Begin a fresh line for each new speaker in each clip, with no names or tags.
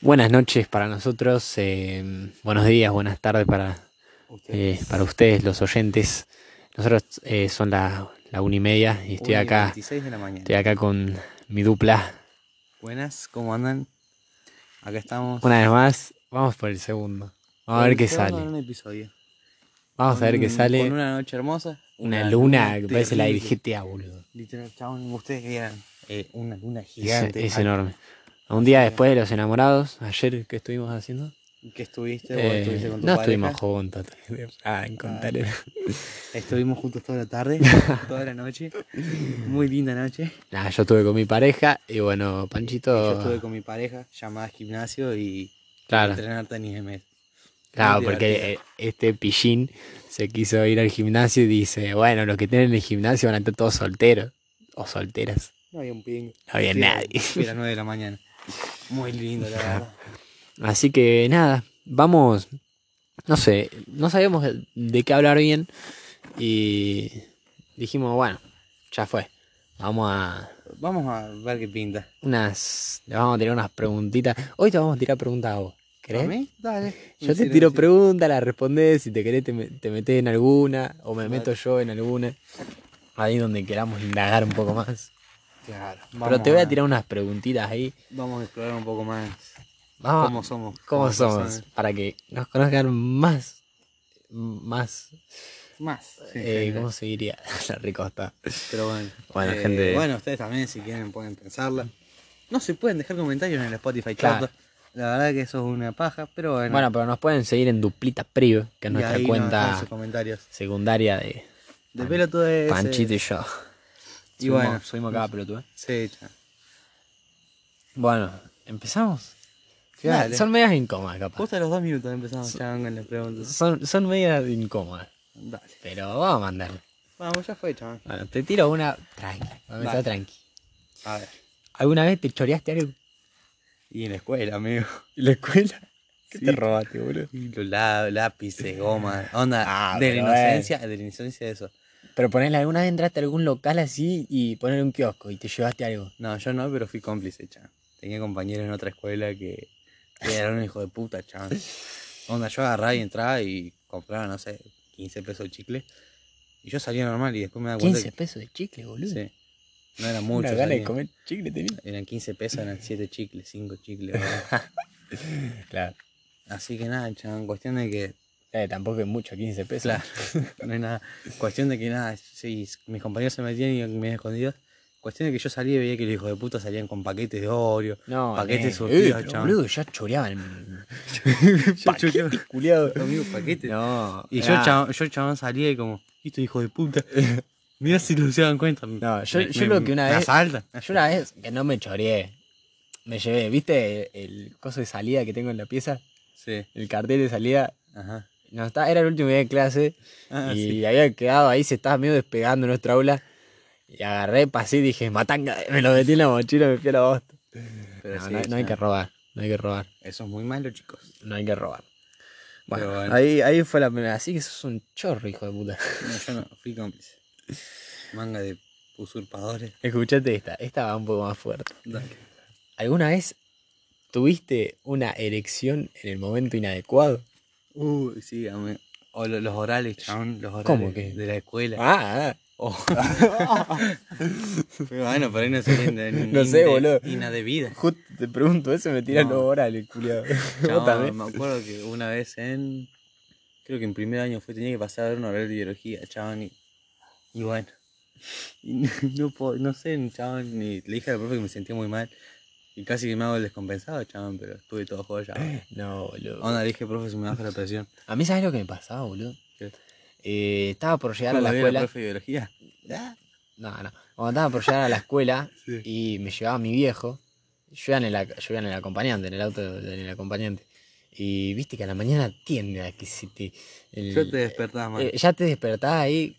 Buenas noches para nosotros, eh, buenos días, buenas tardes para, eh, para ustedes, los oyentes. Nosotros eh, son la, la una y media y estoy
Una y
acá,
26 de la mañana.
estoy acá con mi dupla.
Buenas, ¿cómo andan? Acá estamos.
Una vez más, vamos por el segundo. Vamos a ver qué
Estamos en
sale.
un episodio.
Vamos a ver qué
Con- Con
sale.
una noche hermosa.
Una luna que
terrible.
parece la del GTA, boludo.
Literal, chabón, ustedes vieran. eh, una luna
Es,
gigante. ah,
es
Ay,
enorme. Un día después de los enamorados, ayer que estuvimos haciendo,
Que estuviste, o
Eh,
estuviste con tu
no
pareja.
estuvimos juntos. Ah, en contar.
Estuvimos juntos toda la tarde, toda la noche. Muy linda noche.
Nah, yo estuve con mi pareja y bueno,
Yo
Panchito.
estuve con mi pareja, llamada al gimnasio y
Claro.
entrenar tenis de mesa.
Claro,
Muy
porque
divertido.
eh, este pillín se quiso ir al gimnasio y dice, bueno, los que tienen el gimnasio van a estar todos solteros o solteras.
No había un pingo.
No había
Fui a-
nadie.
Fui a las 9 de la mañana. Muy lindo, la verdad.
Así que nada, vamos, no sé, no sabíamos de qué hablar bien y dijimos, bueno, ya fue. Vamos a
Vamos a ver qué pinta.
unas, le vamos a tirar unas preguntitas. Hoy te vamos a tirar preguntas a vos, ¿querés?
¿A mí? Dale.
Yo te
Sí,
tiro
sí.
preguntas, las respondes, si te querés te, me- te metés en alguna, o me
Dale.
meto yo en alguna, ahí donde queramos indagar un poco más.
Claro.
Pero
vamos
te voy a tirar unas preguntitas ahí.
Vamos a explorar un poco más
Vamos,
cómo somos.
Ah, cómo
como
somos,
personas.
para que nos conozcan más, más,
Más. sí,
eh,
sí, sí.
¿cómo se diría? La ricosta.
Pero bueno.
Bueno,
Eh,
gente.
Bueno, ustedes también, si quieren, pueden pensarla. No se pueden dejar comentarios en el Spotify
Claro.
Chata. La verdad que eso es una paja, pero bueno.
Bueno, pero nos pueden seguir en Duplita Prive, que es
y
nuestra
ahí nos
cuenta
dejan sus comentarios.
secundaria de
De pelo todo es. eh,
Panchito y yo.
Y bueno.
subimos cada
¿eh?
pelotudo.
Sí, ya.
Bueno, ¿empezamos?
Dale.
Son medias incómodas, capaz.
Justo a los dos minutos empezamos ya con las preguntas.
Son, son medias incómodas,
Dale.
pero vamos a mandarle.
Vamos, ya fue, chaval.
Bueno, te tiro una tranqui, vamos a empezar
Dale.
tranqui.
A ver.
¿Alguna vez te choreaste algo
Y en la escuela, amigo.
en la escuela? ¿Qué
Sí.
te robaste, boludo?
Y los lá- lápices, goma, onda,
Ah,
de la
pero
inocencia, de la inocencia de eso.
Pero ponele, ¿alguna vez entraste a algún local así y poner un kiosco y te llevaste algo?
No, yo no, pero fui cómplice, chaval. Tenía compañeros en otra escuela que, que eran un hijo de puta, chaval. Onda, yo agarraba y entraba y compraba, no sé, 15 pesos de chicle. Y yo salía normal y después me daba cuenta
15 pesos de chicle,
que...
boludo.
Sí. No era mucho.
Una gana de
salía.
comer chicle tenía.
Eran 15 pesos, eran 7 chicles, 5 chicles. ¿verdad?
Claro.
Así que nada, chaval, cuestión de que
Eh, tampoco es mucho, 15 pesos.
Claro, no hay nada. Cuestión de que nada, sí, mis compañeros se metían y me escondidos. Cuestión de que yo salía y veía que los hijos de puta salían con paquetes de Oreo.
No,
Paquetes
nene.
surtidos,
Eh, pero,
chabón.
boludo, ya choreaban.
choreaba.
Paquetes, culiado.
Amigo, paquetes.
No.
y yo,
nah.
chabón, yo chabón salía y como, esto hijo de puta. Mirá si lo se dan cuenta.
No, yo- yo lo que una
me
vez-
asaltan.
Ah, Yo una vez que no me choreé, me llevé, ¿viste el, el coso de salida que tengo en la pieza?
Sí,
El cartel de salida.
ajá.
No, está, era el último día de clase
Ah,
y
sí.
había quedado ahí, se estaba medio despegando nuestra aula. Y agarré, pasé y dije, matanga, me lo metí en la mochila y me fui a la bosta.
Pero
no,
sí,
no- no hay que
chabón.
robar, no hay que robar,
Eso es muy malo, chicos.
no hay que robar. Bueno,
Pero bueno.
Ahí, ahí fue la primera, así que sos un chorro, hijo de puta.
No, yo no, fui cómplice. Manga de usurpadores.
Escuchate esta, esta va un poco más fuerte.
Dale.
¿Alguna vez tuviste una erección en el momento inadecuado?
Uy, sí, amigo. O lo- los orales, chabón, los orales
¿Cómo que?
de la escuela.
Ah, ah.
Pero Oh. bueno, por ahí no sé.
No sé, boludo.
Inadebida.
Justo te pregunto eso, me tiras
No.
los orales, culiado.
Chabón,
Vos también.
me acuerdo que una vez en. Creo que en primer año fue, tenía que pasar a ver un oral de biología, chabón. Y, y bueno. Y no, no po- no sé, chabón. Ni, le dije al profe que me sentía muy mal. Y casi que me hago el descompensado, chabón, pero estuve todo joya.
No, boludo.
Onda, le dije, profe, se me baja la presión.
A mí, ¿sabes lo que me pasaba, boludo?
¿Qué?
Eh, estaba por llegar a
Cuando
la
vi
escuela.
profe de biología?
No, no. Cuando estaba por llegar a la escuela
Sí.
y me llevaba mi viejo, yo iba en el, ac- yo iba en el acompañante, en el auto del acompañante. Y viste que a la mañana tiende a que se te. el-
Yo te despertaba mal.
Eh, ya te despertás ahí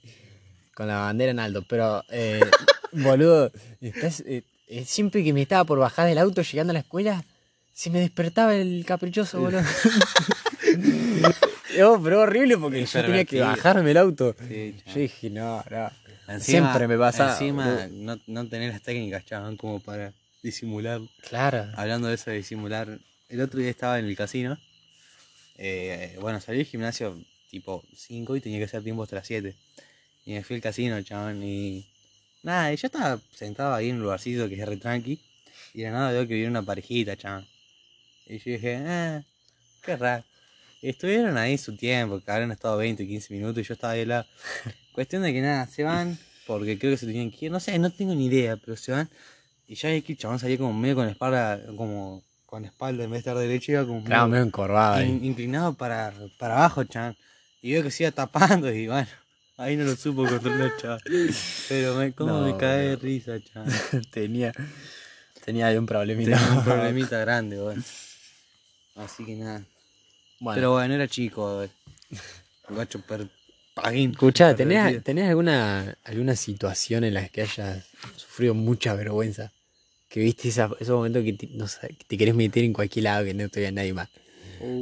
con la bandera en alto, pero eh, boludo, estás, eh, eh, siempre que me estaba por bajar del auto llegando a la escuela, se me despertaba el caprichoso, boludo. No, pero horrible porque yo tenía que
Pervertido.
bajarme el auto.
Sí, chabón.
Yo dije, no, no.
Encima-
Siempre me pasa.
Encima,
boludo.
no, no tener las técnicas, chabón, como para disimular.
Claro.
Ah, Hablando de eso de disimular, el otro día estaba en el casino. Eh, bueno, salí del gimnasio tipo 5 y tenía que hacer tiempo hasta las 7. Y me fui al casino, chabón, y. Nada, y yo estaba sentado ahí en un lugarcito que es re tranqui. Y de la nada veo que viene una parejita, chabón. Y yo dije, ah, qué raro. Y Estuvieron ahí su tiempo, que habrán estado 20, 15 minutos y yo estaba ahí al lado. Cuestión de que nada, se van, porque creo que se tenían que ir. No sé, no tengo ni idea, pero se van. Y ya el chabón salía como medio con la espalda, como con la espalda en vez de estar derecho, iba como
Claro,
medio-
medio encorvado ahí.
in- inclinado para, para abajo, chan. Y veo que se iba tapando y bueno, ahí no lo supo controlar, chaval. Pero me, como
No,
me cae de
boludo.
risa, chan.
tenía, tenía ahí un problemita.
Tenía un problemita grande, bueno. Así que nada.
Bueno,
Pero bueno, era chico, eh. Gacho per... Paguín.
escuchá,
pervertido.
¿tenés, tenés alguna, alguna situación en la que hayas sufrido mucha vergüenza? Que viste esa- esos momentos que te, no sé, que te querés meter en cualquier lado que no te vea nadie más.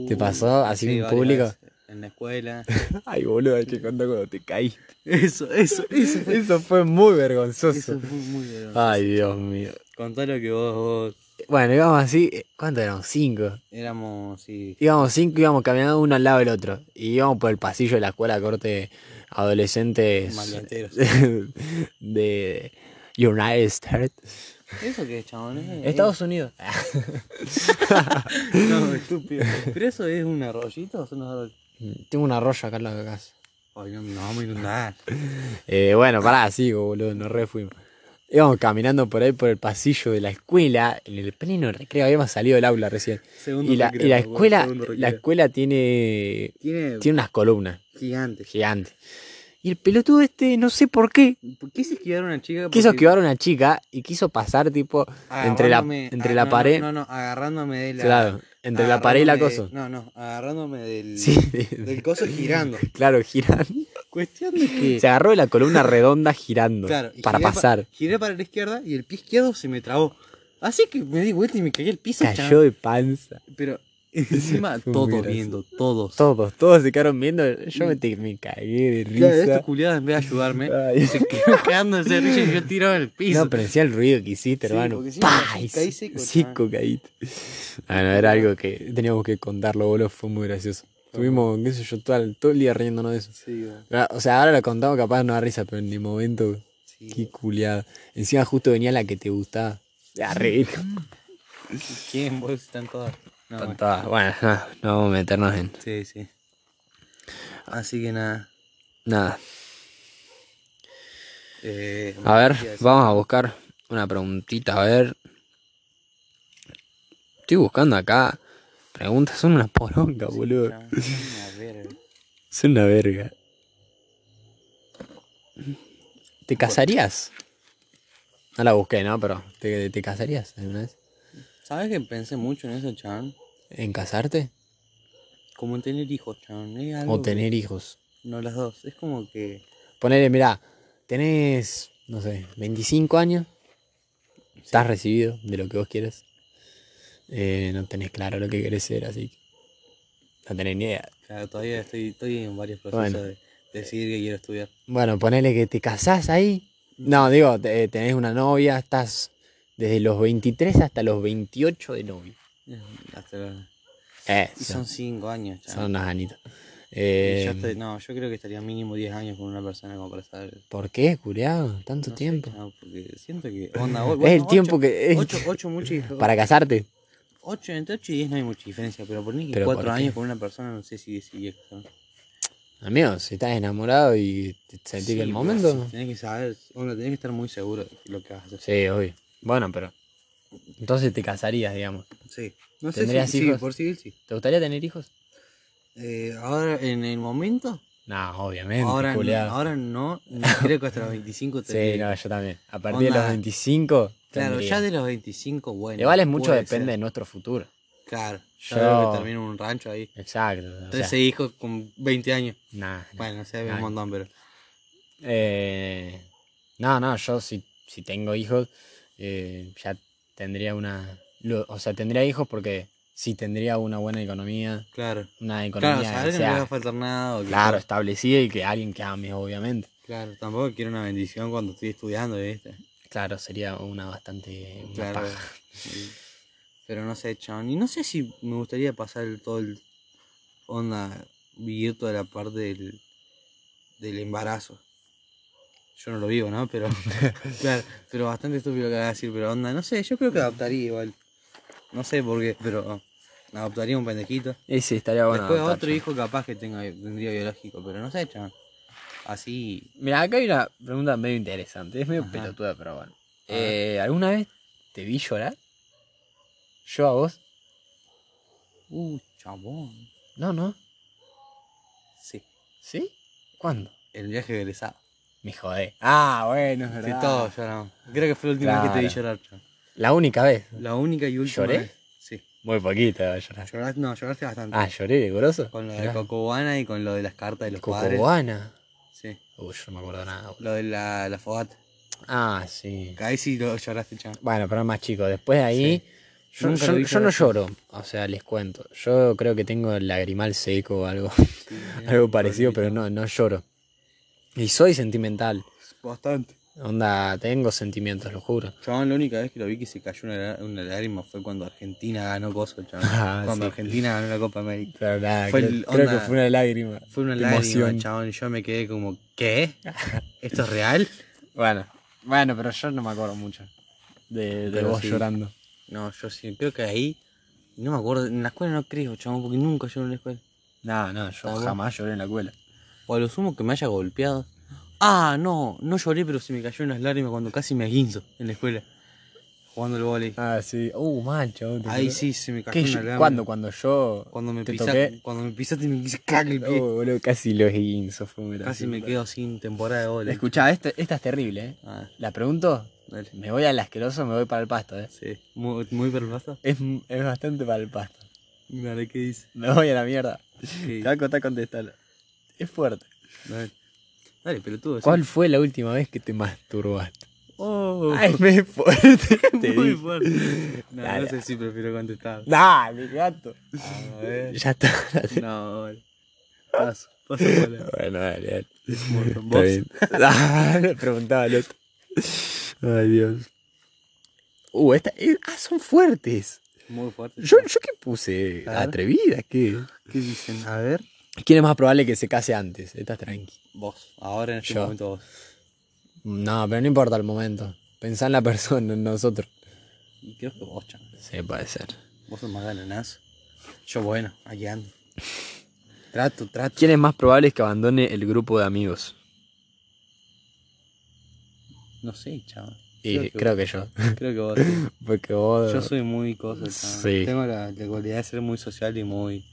¿Te pasó así en
Uh, varias
público?
veces. En la escuela.
Ay, boludo, hay que contar cuando te caíste.
Eso, eso, eso fue.
Eso fue muy vergonzoso.
Eso fue muy vergonzoso.
Ay, Dios mío.
Contá lo que vos, vos
Bueno, íbamos así, eh, ¿cuánto éramos? Cinco.
éramos, sí.
Íbamos cinco, íbamos caminando uno al lado del otro. Y íbamos por el pasillo de la escuela corte adolescentes
Maleanteros.
de United States.
¿Eso qué es, chabón? ¿Es-
Estados Unidos.
No, estúpido. ¿Pero eso es un arroyito o son los arroyos?
Mm, Tengo un arroyo acá en la casa.
Ay, no, nos vamos a inundar.
Eh, bueno, pará, sigo, boludo, nos re fuimos. Íbamos caminando por ahí por el pasillo de la escuela, en el pleno recreo, habíamos salido del aula recién.
Segundo
Y la,
recreo,
y la
bueno,
escuela,
segundo recreo.
la escuela tiene,
Tiene,
tiene unas columnas
gigantes.
gigantes. Y el pelotudo este, no sé por qué,
¿Por qué se esquivar a una chica?
quiso
Porque
esquivar a una chica y quiso pasar tipo entre la,
agarrándome-
entre
ah,
la
no,
pared,
No, no, agarrándome de la.
claro, entre la pared y la
agarrándome
cosa.
de- No, no, agarrándome del.
Sí,
Del coso girando.
claro, girando.
Cuestión de que.
Se agarró de la columna redonda girando
claro, y
para
giré pa-
pasar.
giré para la izquierda y el pie izquierdo se me trabó. Así que me di vuelta y me caí al piso.
Cayó de panza.
chabón. Pero encima,
Fue muy
todos
gracioso.
viendo, todos.
Todos, todos se quedaron viendo. Yo me, te- me cagué de
Mm. Claro, esta
risa.
culiada en vez de ayudarme.
Ay.
Se quedó quedándose de risa y yo tiro en el piso.
No, pero encima el ruido que hiciste,
Sí,
hermano.
porque sí,
¡Pah!
caí
Y
seco,
sí,
chaval.
seco caíste. Bueno, era algo que teníamos que contarlo, boludo. Fue muy gracioso. Tuvimos, qué sé yo, todo el, todo el día riéndonos de eso.
Sí, güey.
Ah, O sea, ahora lo contamos, capaz no da risa, pero en el momento,
Sí.
qué culiada. Encima justo venía la que te gustaba. La reír.
¿Quién? Vos están todas. No,
Con
bueno.
todas. Bueno, no, no vamos a meternos en
Sí, sí. Así que nada.
nada.
Eh,
A ver,
¿qué decir?
vamos a buscar una preguntita, a ver. Estoy buscando acá. Preguntas son una poronga, boludo.
Chabón, una verga.
Son una verga. ¿Te casarías? No la busqué, ¿no? Pero, ¿te, te casarías alguna vez?
¿Sabes que pensé mucho en eso, chan?
¿En casarte?
Como en tener hijos, chan. Es algo
¿O
que-
tener hijos?
No, las dos. Es como que.
Ponele, mirá, tenés, no sé, 25 años. Estás recibido de lo que vos quieres. Eh, no tenés claro lo que querés ser, así que. No tenés ni idea.
claro, todavía estoy, estoy en varios procesos
Bueno.
de decidir que quiero estudiar.
Bueno, ponele que te casás ahí. No, digo, te- tenés una novia, estás desde los 23 hasta los 28 de novio.
Hasta la-
Eh,
Y
son,
son cinco años, chan.
son unas anitas.
Y
Eh,
yo estoy- no, yo creo que estaría mínimo 10 años con una persona como para saber.
¿Por qué, culiado? ¿Tanto
No sé,
tiempo?
chabón, porque siento que. Onda, vos-
es
bueno,
el tiempo que. es-
8, 8, mucho y-
para casarte.
8, entre 8 y 10 no hay mucha diferencia, pero por que
Pero
4
¿por qué?
años con una persona no sé si decidí esto.
Amigo, si estás enamorado y te sentís que el momento.
Tienes que saber, uno tenés que estar muy seguro de lo que vas a hacer.
Sí, obvio. Bueno, pero. Entonces te casarías, digamos.
Sí. No
¿Tendrías
sé si
hijos?
sí, por sí, sí.
¿Te gustaría tener hijos?
Eh, ahora, en el momento,
No, obviamente,
ahora no,
culiao.
ahora no, no, creo que hasta los 25
Sí,
tendría.
no, yo también. A partir de
Onda-
los 25.
Claro,
tendría.
ya de los 25, bueno.
Igual es mucho,
puede
depende de
ser.
nuestro futuro.
Claro, yo
Yo-
creo que termino en un rancho ahí.
Exacto. o sea,
13 hijos con 20 años.
nah, nah.
Bueno, o sea,
Ay.
un montón, pero.
Eh, no, no, yo si, si tengo hijos, eh, ya tendría una... lo- o sea, tendría hijos porque sí tendría una buena economía,
Claro.
una
Claro,
economía que
saber que no
sea,
le va a faltar nada. o que-
claro, establecida y que alguien que ames, obviamente.
Claro, tampoco quiero una bendición cuando estoy estudiando, ¿viste?
Claro, sería una bastante... una
Claro.
paja.
Sí. Pero no sé, chabón. Y no sé si me gustaría pasar el- todo el. Onda, vivir toda la parte del. del embarazo. Yo no lo vivo, ¿no? Pero. claro, pero bastante estúpido lo que voy a decir, pero onda, no sé, yo creo que adoptaría igual. No sé por qué, pero. Adoptaría un pendejito.
Y sí, estaría bueno.
Después
adoptar,
otro
chabón.
hijo capaz que tenga, tendría biológico, pero no sé, chabón. Así.
Mira, acá hay una pregunta medio interesante. Es medio
Ajá.
pelotuda, pero bueno.
A ver.
Eh, ¿Alguna vez te vi llorar? ¿Yo a vos?
Uh, chabón.
No, no.
Sí.
¿Sí? ¿Cuándo?
El viaje de egresado.
Me jodé. Ah, bueno, es
Sí,
verdad.
todos lloramos. Creo que fue la última vez que te vi llorar, chabón.
La única vez.
La única y última.
¿Lloré?
vez. Sí.
Muy poquita llorar.
Lloraste, no, lloraste bastante.
Ah, lloré de grosso.
con lo de Cocobana y con lo de las cartas de los padres.
Cocobana.
Sí.
Uy, yo no me acuerdo nada. boludo.
Lo de la, la fogata.
Ah, sí.
Que Ahí sí lo lloraste, chaval.
Bueno, pero más chico, después de ahí.
Sí.
Yo,
Nunca
yo-
lo vi
yo no
llorar.
lloro, o sea, les cuento. Yo creo que tengo el lagrimal seco o algo, algo parecido, pero no, no lloro. Y soy sentimental.
Bastante.
Onda, tengo sentimientos, lo juro.
Chabón, la única vez que lo vi que se cayó una, lá- una lágrima fue cuando Argentina ganó cosas, chabón.
Ah,
cuando
sí.
Argentina ganó la Copa América.
Pero nada,
Fue
creo,
el-
creo
onda-
que fue una lágrima.
Fue una
de
lágrima,
emoción.
chabón. y Yo me quedé como, ¿qué? ¿Esto es real?
Bueno, bueno, pero yo no me acuerdo mucho de, de
Pero
vos
sí.
llorando.
No, yo sí, creo que ahí. No me acuerdo, en la escuela no creo, chabón, porque nunca lloro en la escuela.
No, no, yo
vos?
jamás lloré en la escuela.
O a lo sumo que me haya golpeado. Ah, no, no lloré, pero se me cayó unas lágrimas cuando casi me aguinzo en la escuela. Jugando al volei.
Ah, sí. Uh, mal, chabón. te
Ahí
juro.
sí se me cayó
¿Qué
una
yo-
lágrima.
¿Cuándo? Cuando yo.
Cuando me
te
pisaste,
toqué?
cuando me pisaste y me quise cagar el pie.
Uh, boludo, casi los guinzo fue muy
casi
gracioso.
me quedo sin temporada de volei.
Escuchá, esta, esta es terrible, ¿eh?
Ah,
La pregunto,
dale.
me voy al asqueroso, me voy para el pasto, ¿eh?
Sí, muy, muy perversa.
Es, es bastante para el pasto.
Dale, ¿qué dice?
Me voy a la mierda.
¿Qué?
Taco, está contestala. Es fuerte.
Dale. Dale, pelotudo. sí.
¿Cuál fue la última vez que te masturbaste?
Oh,
Ay, me es fuerte. te
muy
dije.
fuerte. No,
Dale.
no sé si prefiero contestar.
Dale, gato.
A ver.
Ya está.
No, vale. Paso, paso, vale.
Bueno, dale, dale.
Muerto en
Está
voz.
bien. Ah, le preguntaba al otro. Ay, Dios. Uh, esta, eh, ah, son fuertes.
Muy fuerte.
Yo, yo qué puse
A ver.
atrevida, ¿qué?
¿Qué dicen? A ver.
¿Quién es más probable que se case antes? Estás tranqui.
Vos, ahora en este
Yo.
momento vos.
Mm, No, pero no importa el momento. Pensá en la persona, en nosotros.
Y creo que vos, chaval.
Sí, puede ser.
Vos sos más galanazo. Yo, bueno, aquí ando. Trato, trato.
¿Quién es más probable que abandone el grupo de amigos?
No sé, chaval.
Y Eh, creo que yo.
vos. Creo que vos. sí.
Porque vos.
Yo soy muy cosa, chaval.
Sí.
Tengo la, la cualidad de ser muy social y muy.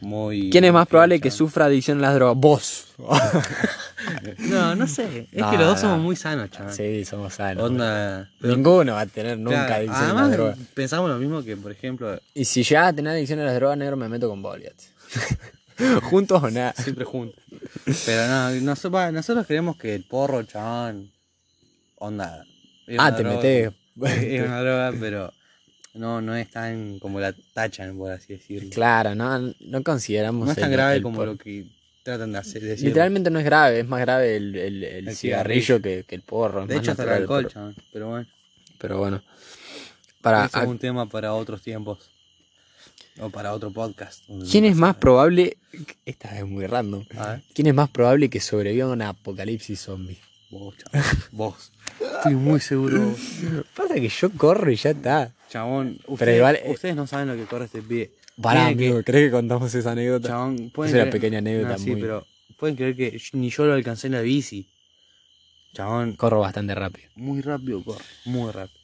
muy
¿Quién es más probable que
su
sufra adicción a las drogas? Vos.
No, no sé. Es
No,
que los dos
no.
somos muy sanos, chaval.
Ah. sí, somos sanos.
Onda. pero-
Ninguno va a tener nunca
claro,
adicción a las
Además,
drogas.
pensamos lo mismo que, por ejemplo,
Y si ya a tener adicción a las drogas, negro, me meto con vos, olvídate. Juntos o nada.
Siempre juntos. Pero no, noso- va, nosotros, creemos que el porro, chabón. Onda. es
Ah,
una
te
droga-
metés.
Es una droga, pero no, no es tan como la tachan, por así decirlo.
Claro, no, no consideramos.
no es tan
el-
grave
el
como
por-
lo que tratan de hacer. Decir.
Literalmente no es grave, es más grave el, el- el
El
cigarrillo que, que el porro. es
De
más
hecho, hasta el
natural,
alcohol,
Pero,
chabón. Pero bueno,
pero bueno. Para,
eso
a-
es un tema para otros tiempos. O para otro podcast.
¿Quién es más probable? Esta es muy random.
A ver.
¿Quién es más probable que sobreviva a un apocalipsis zombie?
Vos, chabón. Vos. Estoy muy seguro. de vos.
Pasa que yo corro y ya está.
Chabón, ustedes,
igual, eh,
ustedes no saben lo que corre este pibe.
Pará,
Miren que-
amigo, ¿crees que contamos esa anécdota?
Chabón,
Es
pueden
una
creer-
pequeña anécdota
No, sí,
muy-
pero pueden creer que yo- ni yo lo alcancé en la bici. Chabón,
Corro bastante rápido.
muy rápido corre, muy rápido.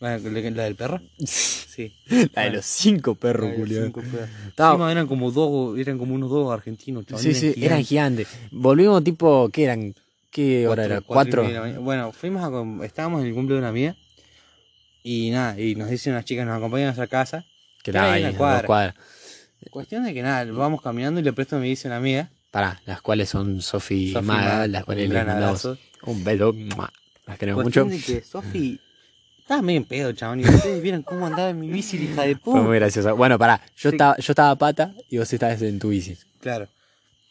¿La, la- la del perro? Sí.
La de los cinco
La
perros,
de los
Julián.
cinco perros.
Estaba-
Encima eran como dos, eran como unos dos argentinos, chabón.
Sí, sí, eran gigantes. Volvimos tipo, ¿qué eran? ¿Qué hora era?
cuatro
¿Cuatro?
y media de la mañana. Bueno, fuimos a com- estábamos en el cumple de una amiga. Y nada, y nos dicen unas chicas, nos acompañan a nuestra casa.
Que
Era
la
ahí
hay,
en la
dos
cuadra.
cuadras.
Cuestión de que nada, vamos caminando y le presto mi bici a una amiga.
Pará, las cuales son Sofi y
Sofi y
Maga,
Maga,
las
un
cuales les
gran
mandamos
abrazo.
un beso. ¡mua! Las queremos mucho.
Cuestión de que Sofi estaba medio en pedo, chabón. Y ustedes vieron cómo andaba en mi bici, la hija de
Fue muy
puta.
gracioso. Bueno, pará, yo,
uh. Sí.
estaba, yo estaba a pata y vos estabas en tu bici.
Claro.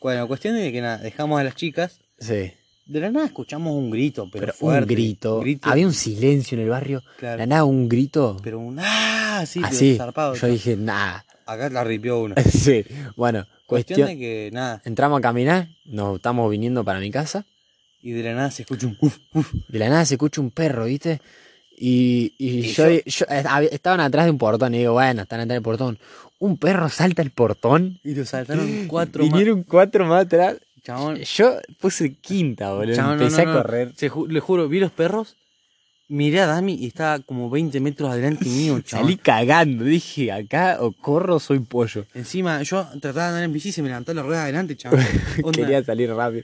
Bueno, cuestión de que nada, dejamos a las chicas.
Sí.
De la nada escuchamos un grito, pero,
Pero
fuerte,
un grito. Había un silencio en el barrio.
Claro.
La nada, un grito.
Pero un ¡ah! Sí, pero
así.
zarpado.
Yo dije, nada.
Acá la ripió uno.
sí. Bueno,
Cuestión
cuestión.
de que nada.
Entramos a caminar. Nos estamos viniendo para mi casa.
Y de la nada se escucha un uf, uf.
De la nada se escucha un perro, ¿viste? Y, y
Y
yo,
yo-
yo- eh, hab- estaban atrás de un portón. Y digo, bueno, están atrás del portón. Un perro salta el portón.
Y lo saltaron cuatro más.
Vinieron cuatro más atrás.
Chabón,
Yo puse quinta, boludo.
chabón, no,
Empecé
no,
a
no.
correr.
Se ju- le juro, vi los perros. Miré a Dami y estaba como 20 metros adelante mío, chabón.
Salí cagando. Dije, acá o corro o soy pollo.
Encima, yo trataba de andar en bici y se me levantó la rueda adelante, chabón. Onda.
Quería salir rápido.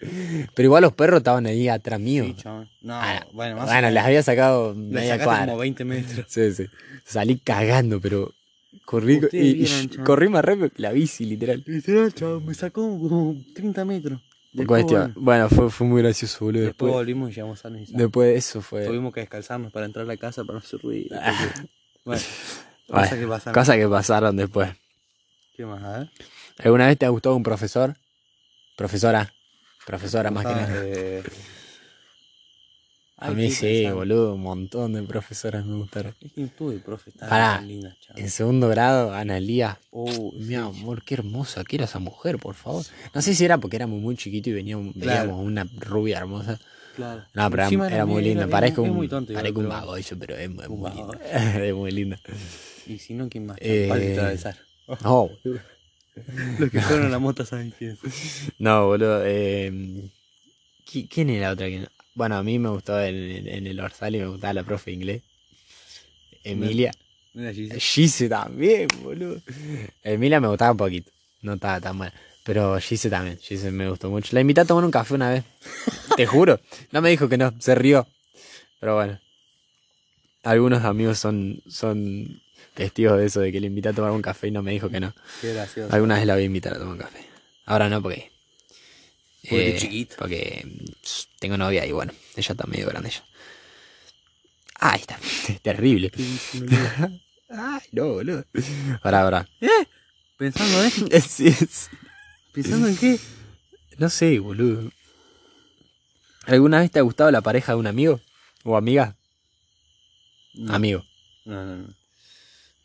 Pero igual los perros estaban ahí atrás mío.
Sí, chabón. No,
Ah,
bueno, más o
bueno,
menos.
les había sacado
Le
media
sacaste
cuadra.
como 20 metros.
Sí, sí. Salí cagando, pero corrí
Ustedes
y, y
vieron, chabón.
corrí más rápido que la bici, literal.
Literal, chabón, me sacó como 30 metros. Después,
Cuestión.
bueno,
este Bueno, fue, fue muy gracioso, boludo.
después
Después,
volvimos y llegamos sanos y sanos.
después de eso fue.
Tuvimos que descalzarnos para entrar a la casa para no hacer ruido. porque- bueno,
Ah. Bueno,
cosas que pasan.
Cosas que pasaron después.
¿Qué más? A ver.
¿Alguna vez te ha gustado un profesor? Profesora. Profesora, más que
Ah,
nada.
eh,
A
ay,
mí
qué
sí,
interesante.
boludo. Un montón de profesoras me gustaron.
Es que tuve, profe, estaba
Pará.
tan linda, chaval.
En segundo grado, Analía.
Oh,
Mi amor, qué hermosa que era esa mujer, por favor. No sé si era porque éramos muy chiquitos y veníamos,
Claro.
veíamos una rubia hermosa.
claro.
No, pero
Encima
era, era muy
medio-
linda.
era-
Parezco
es
un,
muy tonto igual,
parezco un
pero-
baboso, pero es, muy-
Un
muy
baboso.
linda. es muy linda.
Y si no, ¿quién más?
Eh,
Para atravesar.
No,
Los que fueron a la mota saben quién es.
no, boludo. eh, ¿qui- ¿Quién era la otra? que no? Bueno, a mí me gustó en, en- en el Orsal y me gustaba la profe de inglés. Emilia.
Mira, Gise.
Gise también, boludo. Emilia me gustaba un poquito. No estaba tan mal. Pero Gise también. Gise me gustó mucho. La invité a tomar un café una vez. Te juro. No me dijo que no. Se rió. Pero bueno. Algunos amigos son, son testigos de eso, de que le invité a tomar un café y no me dijo que no.
Qué gracioso.
Algunas vez la voy a invitar a tomar un café. Ahora no, porque. eh,
Porque chiquito.
Porque mm, tengo novia y bueno, ella está medio grande ya. Ah, ahí está. Terrible.
Qué disimulo.
Ay, no, boludo. Ahora, ahora.
Pensando, ¿eh?
Sí, sí.
Pensando en qué.
No sé, boludo. ¿Alguna vez te ha gustado la pareja de un amigo? ¿O amiga? Amigo.
No, no, no.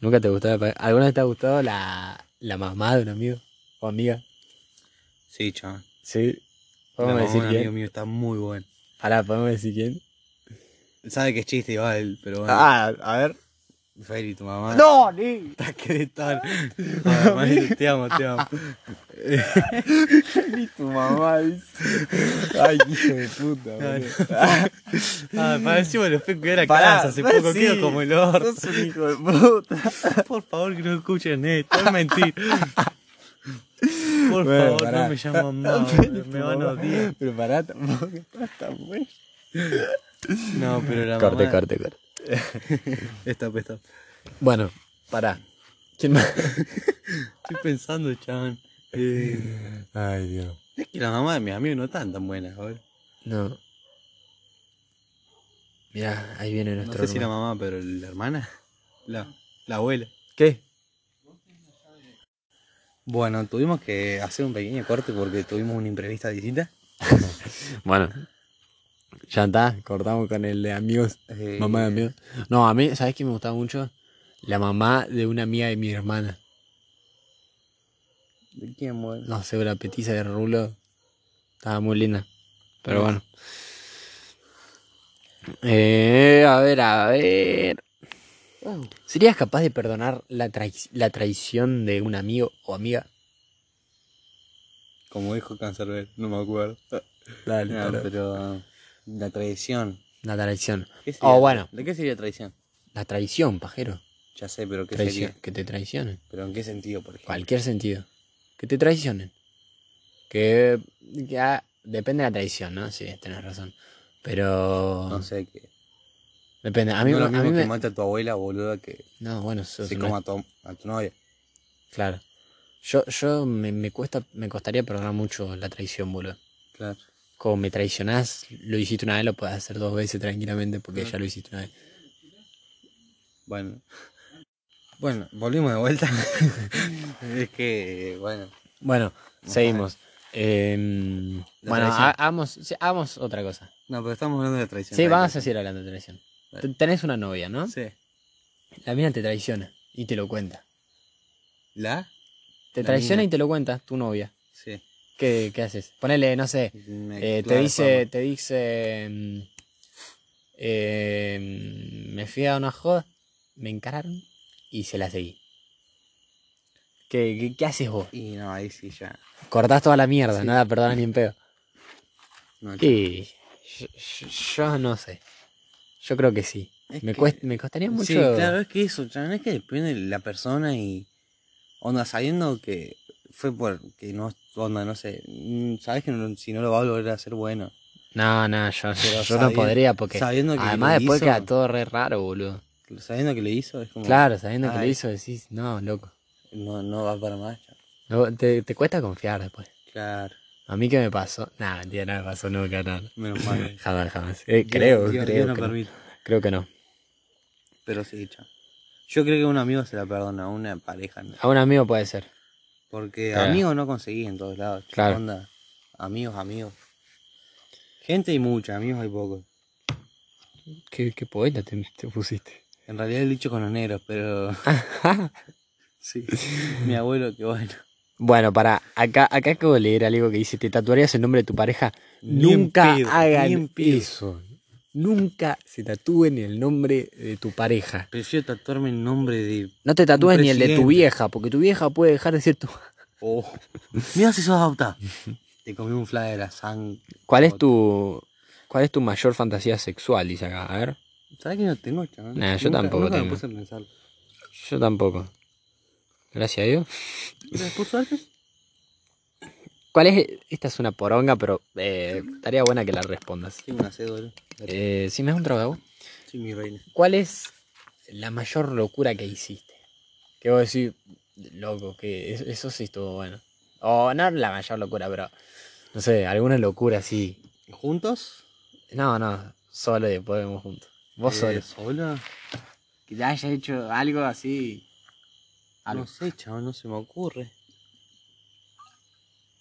¿Nunca te ha gustado la pareja? ¿Alguna vez te ha gustado la, la mamá de un amigo? ¿O amiga?
Sí, chaval.
Sí.
La
¿Podemos
mamá de
decir
un amigo
quién?
mío está muy bueno.
Pará, ¿podemos decir quién?
Sabe que es chiste igual, pero bueno.
Ah, a ver.
Feli, tu mamá.
¡No, ni!
Ataque de tal. Joder, Mario, te amo, te amo.
Ni tu mamá dice. Ay, qué hijo de puta, boludo.
Ah, pareció el efecto que era
Pará,
Caranza hace
pues
poco,
sí.
quedo como el orto.
Sos un hijo de puta.
Por favor, que no escuchen esto, es mentir. Por
Bueno,
favor,
pará.
no me llaman más, boludo, me van a odiar.
Pero pará, tampoco estás tan bueno.
No, pero la
Corte,
mamá...
corte, corte.
Esta, esta.
Bueno, pará. ¿Quién más?
Estoy pensando, chabón. Eh,
Ay, Dios.
es que la mamá de mis amigos no están tan buenas, boludo.
No. Mirá, ahí viene
No
nuestro
sé si la
hermano.
mamá, pero la hermana. La, la abuela.
¿Qué?
Bueno, tuvimos que hacer un pequeño corte porque tuvimos una imprevista visita.
Bueno. Ya está, cortamos con el de amigos.
Eh,
Mamá de amigos. No, a mí, ¿sabes qué me gustaba mucho? La mamá de una amiga de mi hermana.
¿De quién, boludo?
No sé, una petiza de rulo. Estaba muy linda.
Mm.
Pero bueno. Eh, a ver, a ver.
Oh.
¿Serías capaz de perdonar la, trai- la traición de un amigo o amiga?
Como dijo Cancerbero, no me acuerdo.
Ah, Dale,
No, pero la traición.
La traición.
¿Qué
Oh, bueno.
¿De qué sería traición?
La traición, pajero.
Ya sé, pero ¿qué
Traición.
sería?
Que te traicionen.
¿Pero en qué sentido, por ejemplo?
Cualquier sentido. Que te traicionen. Que. Ya. Depende de la traición, ¿no? Sí, tenés razón. Pero.
No sé, que...
Depende. A mí,
no es
me-
lo
a
mismo
mí
que
me.
mate a tu abuela, boluda, que
No, bueno, sos
se
un
coma a tu, a tu novia.
Claro. Yo, yo me, me cuesta, me costaría perdonar mucho la traición, boludo.
Claro.
Como me traicionás, lo hiciste una vez, lo puedes hacer dos veces tranquilamente porque ya lo hiciste una vez.
Bueno. Bueno, volvimos de vuelta. es que, bueno.
Bueno, seguimos. Em,
La
bueno,
traición.
ha- hagamos, sí, hagamos otra cosa.
No, pero estamos hablando de la traición.
Sí,
la
vamos a
traición.
seguir hablando de traición.
Dale.
T- Tenés una novia, ¿no?
Sí.
La mina te traiciona y te lo cuenta.
¿La?
Te
La
traiciona
mina.
y te lo cuenta tu novia.
Sí.
¿Qué, qué haces? Ponele, no sé.
Me-
eh, te
claro,
dice, te dice. mm, eh, me fui a una joda, me encararon y se la seguí. ¿Qué, qué, qué haces vos?
fama. Y no, ahí sí ya.
Cortás toda la mierda,
Sí.
no la perdonas ni en pedo.
No,
Y yo, yo- yo no sé. Yo creo que sí.
Es
Me,
que-
cuest- me costaría mucho.
Sí, claro, es que eso, chabón, es que depende de la persona y. Onda, sabiendo que fue por. que no. Onda, no sé. mm, Sabes que no- si no lo va a volver a hacer bueno.
No, no, yo,
Pero
yo no
sabiendo-
podría porque.
sabiendo que
Además,
lo
después
hizo-
queda todo re raro, boludo.
Sabiendo que lo hizo, es como.
Claro, sabiendo que lo
Ay.
hizo, decís, no, loco.
No, no va para más, chabón.
No, te, te cuesta confiar después.
Claro.
¿A mí qué me pasó? Nada, tío, no me pasó nunca, nada.
Menos mal.
Jamás, jamás. Eh, creo,
Dios- Dios
creo,
no
que no.
permite.
creo que no.
Pero sí, chabón. Yo creo que un amigo se la perdona, a una pareja no.
A un amigo puede ser.
Porque
Claro.
amigos no conseguí en todos lados. chabón,
Eh. Claro.
Onda, amigos, amigos. Gente hay mucha, amigos hay pocos.
Qué, qué poeta te, te pusiste.
En realidad he dicho con los negros, pero. Sí. Mi abuelo, que bueno.
bueno, para, acá, acá acabo de leer algo que dice, ¿te tatuarías el nombre de tu pareja?
Ni en
Nunca
pedo, ni en
hagan
pedo.
eso. Nunca se tatúen el nombre de tu pareja.
Prefiero tatuarme el nombre de.
No te tatúes ni el de tu
presidente.
vieja, porque tu vieja puede dejar de ser tu...
Oh. Mira si sos adopta. Te comí un fly de la sangre.
¿Cuál es tu, cuál es tu mayor fantasía sexual? Dice acá, a ver.
¿Sabes que no tengo, chaval?
Nah, yo
Nunca-
tampoco
nunca me
tengo.
puse a pensar.
Yo tampoco. Gracias a Dios.
Pero por suerte,
¿Cuál es? Esta es una poronga, pero eh, estaría buena que la respondas.
tengo una sed, boludo.
Eh, si me das un trago de agua.
Soy mi reina.
¿Cuál es la mayor locura que hiciste? Que vos decís, loco, que es- eso sí estuvo bueno. O no la mayor locura, pero no sé, alguna locura así.
¿Juntos?
No, no, solo y después vemos juntos. Vos solo.
Eh, ¿Solo?
Que te haya hecho algo así.
No sé, chaval, no se me ocurre.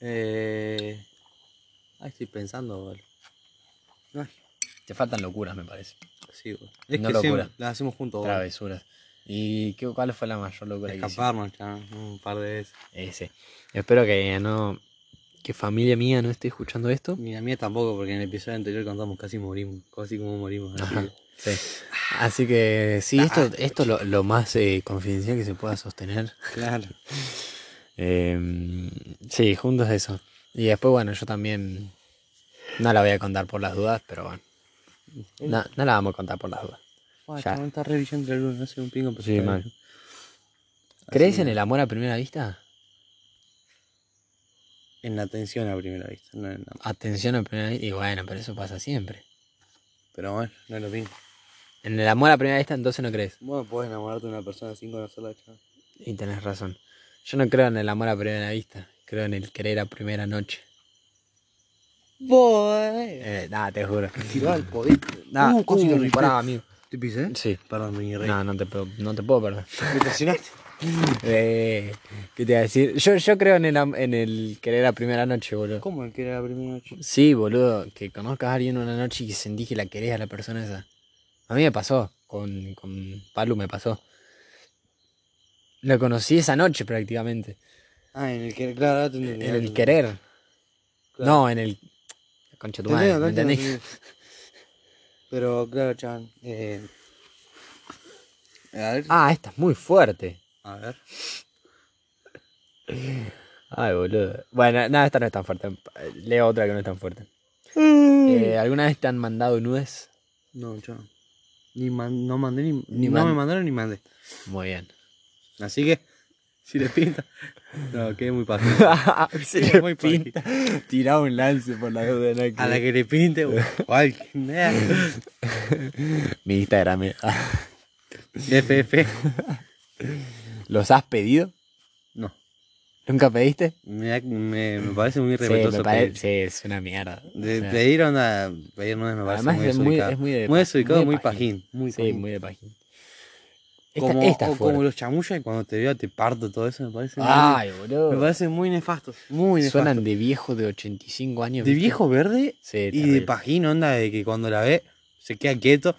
Eh. Ay, estoy pensando, boludo. Ay,
Te faltan locuras, me parece.
sí, boludo. Es
No
que
locura.
siempre la hacemos juntos, boludo.
Travesuras. ¿Y qué, cuál fue la mayor locura que hiciste?
Escaparnos, chaval, un par de veces.
Ese. Espero que no. Que familia mía no esté escuchando esto.
Ni la mía tampoco, porque en el episodio anterior contamos casi morimos, casi como morimos. así que-
Sí. Así que sí, esto, esto lo, lo más eh, confidencial que se pueda sostener.
claro.
Eh, sí, juntos eso. Y después, bueno, yo también. No la voy a contar por las dudas, pero bueno. No, no la vamos a contar por las dudas.
Guau,
Ya.
chabón, está re brillante la luz, no sé un pingo, pero
Sí,
está
mal.
bien. Así
¿Crees en
que-
el amor a primera vista?
En la atención a primera vista, no en la-
Atención a primera vista. Y bueno, pero eso pasa siempre.
Pero bueno, no es lo mismo.
En el amor a primera vista, entonces no crees.
Bueno, puedes enamorarte de una persona sin conocerla, chaval.
Y tenés razón. Yo no creo en el amor a primera vista. Creo en el querer a primera noche.
Voy.
Eh, nada, te juro.
Tiró al poder.
Nah,
Uh, casi
uh,
lo rifé.
pará, amigo.
¿Te pisé?
Sí.
Perdón, mi rey.
No, no te, puedo- no te puedo perder.
¿Me presionaste?
Eh, ¿Qué te iba a decir? Yo, yo creo en el, am- en el querer a primera noche, boludo.
¿Cómo el que era la primera noche?
Sí, boludo, que conozcas a alguien una noche y que sentís que la querés a la persona esa. A mí me pasó, con, con Palu me pasó. Lo conocí esa noche prácticamente.
Ah, en el que, claro, ahora te entendí,
En
ahora
el
te
querer.
Claro.
No, en el. Concha tu
entendí.
madre,
Te
¿me
entiendo, te
entendés?
entiendo, te entiendo. Pero claro, Chan. Eh... A ver.
Ah, esta es muy fuerte.
A ver.
Ay, boludo. Bueno, nada, esta no es tan fuerte. Leo otra que no es tan fuerte.
Mm.
Eh, ¿Alguna vez te han mandado nudes?
No, Chan. Ni man- no mandé ni,
Ni
no
man-
me mandaron ni mandé.
Muy bien.
Así que, si les pinta. No, que es muy fácil.
Se
le
muy pinta.
pinta.
Tirá un lance por la duda. ¿no?
A la que le pinte, cual. FF.
Mi Instagram. eh.
Ah.
¿Los has pedido?
No.
¿Nunca pediste?
Me, da- me, me parece muy
Sí,
respetuoso.
me
pedir.
parece, sí, es una mierda.
De
O sea,
pedir onda, pedir nudes me parece
Además
muy
es muy-
desubicado.
es muy de pa-
desubicado,
muy
muy
pajín.
pajín. Muy
sí,
pajín.
muy de página. Esta,
como,
esta
o
es
como
fuerte.
los chamullas, cuando te veo te parto todo eso, me parece.
Ay,
muy, me
boludo.
parece muy nefasto. Muy nefasto.
Suenan de viejo de 85 años.
de
¿viste?
viejo verde
Sí,
y de
terrible.
pajín, onda, de que cuando la ve se queda quieto.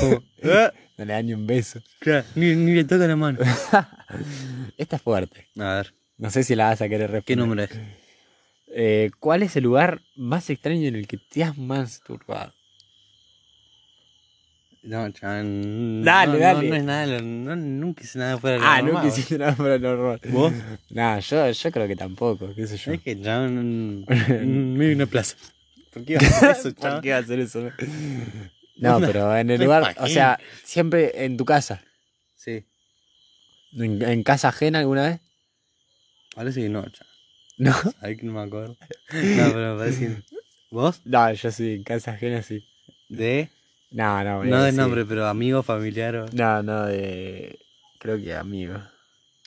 Como, "Ah",
No le dan ni un beso.
claro, ni, ni le toca la mano.
Esta es fuerte.
A ver,
No sé si la vas a querer responder.
¿qué número es?
Eh, ¿Cuál es el lugar más extraño en el que te has masturbado?
No, chan.
Dale,
no,
dale.
No, no es nada, de lo- no, nunca hice nada fuera de lo
Ah, no
normal,
que hiciste nada para el horror.
¿Vos?
Nah, yo, yo creo que tampoco, qué sé yo.
Es que chan. Me una plaza. ¿Por qué iba a hacer eso, chan?
va a hacer eso? No,
Una-
pero en el
una
lugar, o
pajín.
sea, siempre en tu casa.
Sí,
¿En, en casa ajena alguna vez?
parece que no, chan.
No.
Ay, que no me acuerdo. No, pero parece que. ¿Vos?
No, yo sí, en casa ajena sí.
De.
No, no, voy a
No de
decir-
nombre, pero amigo, familiar. o-
No, no, de. Creo que amigo.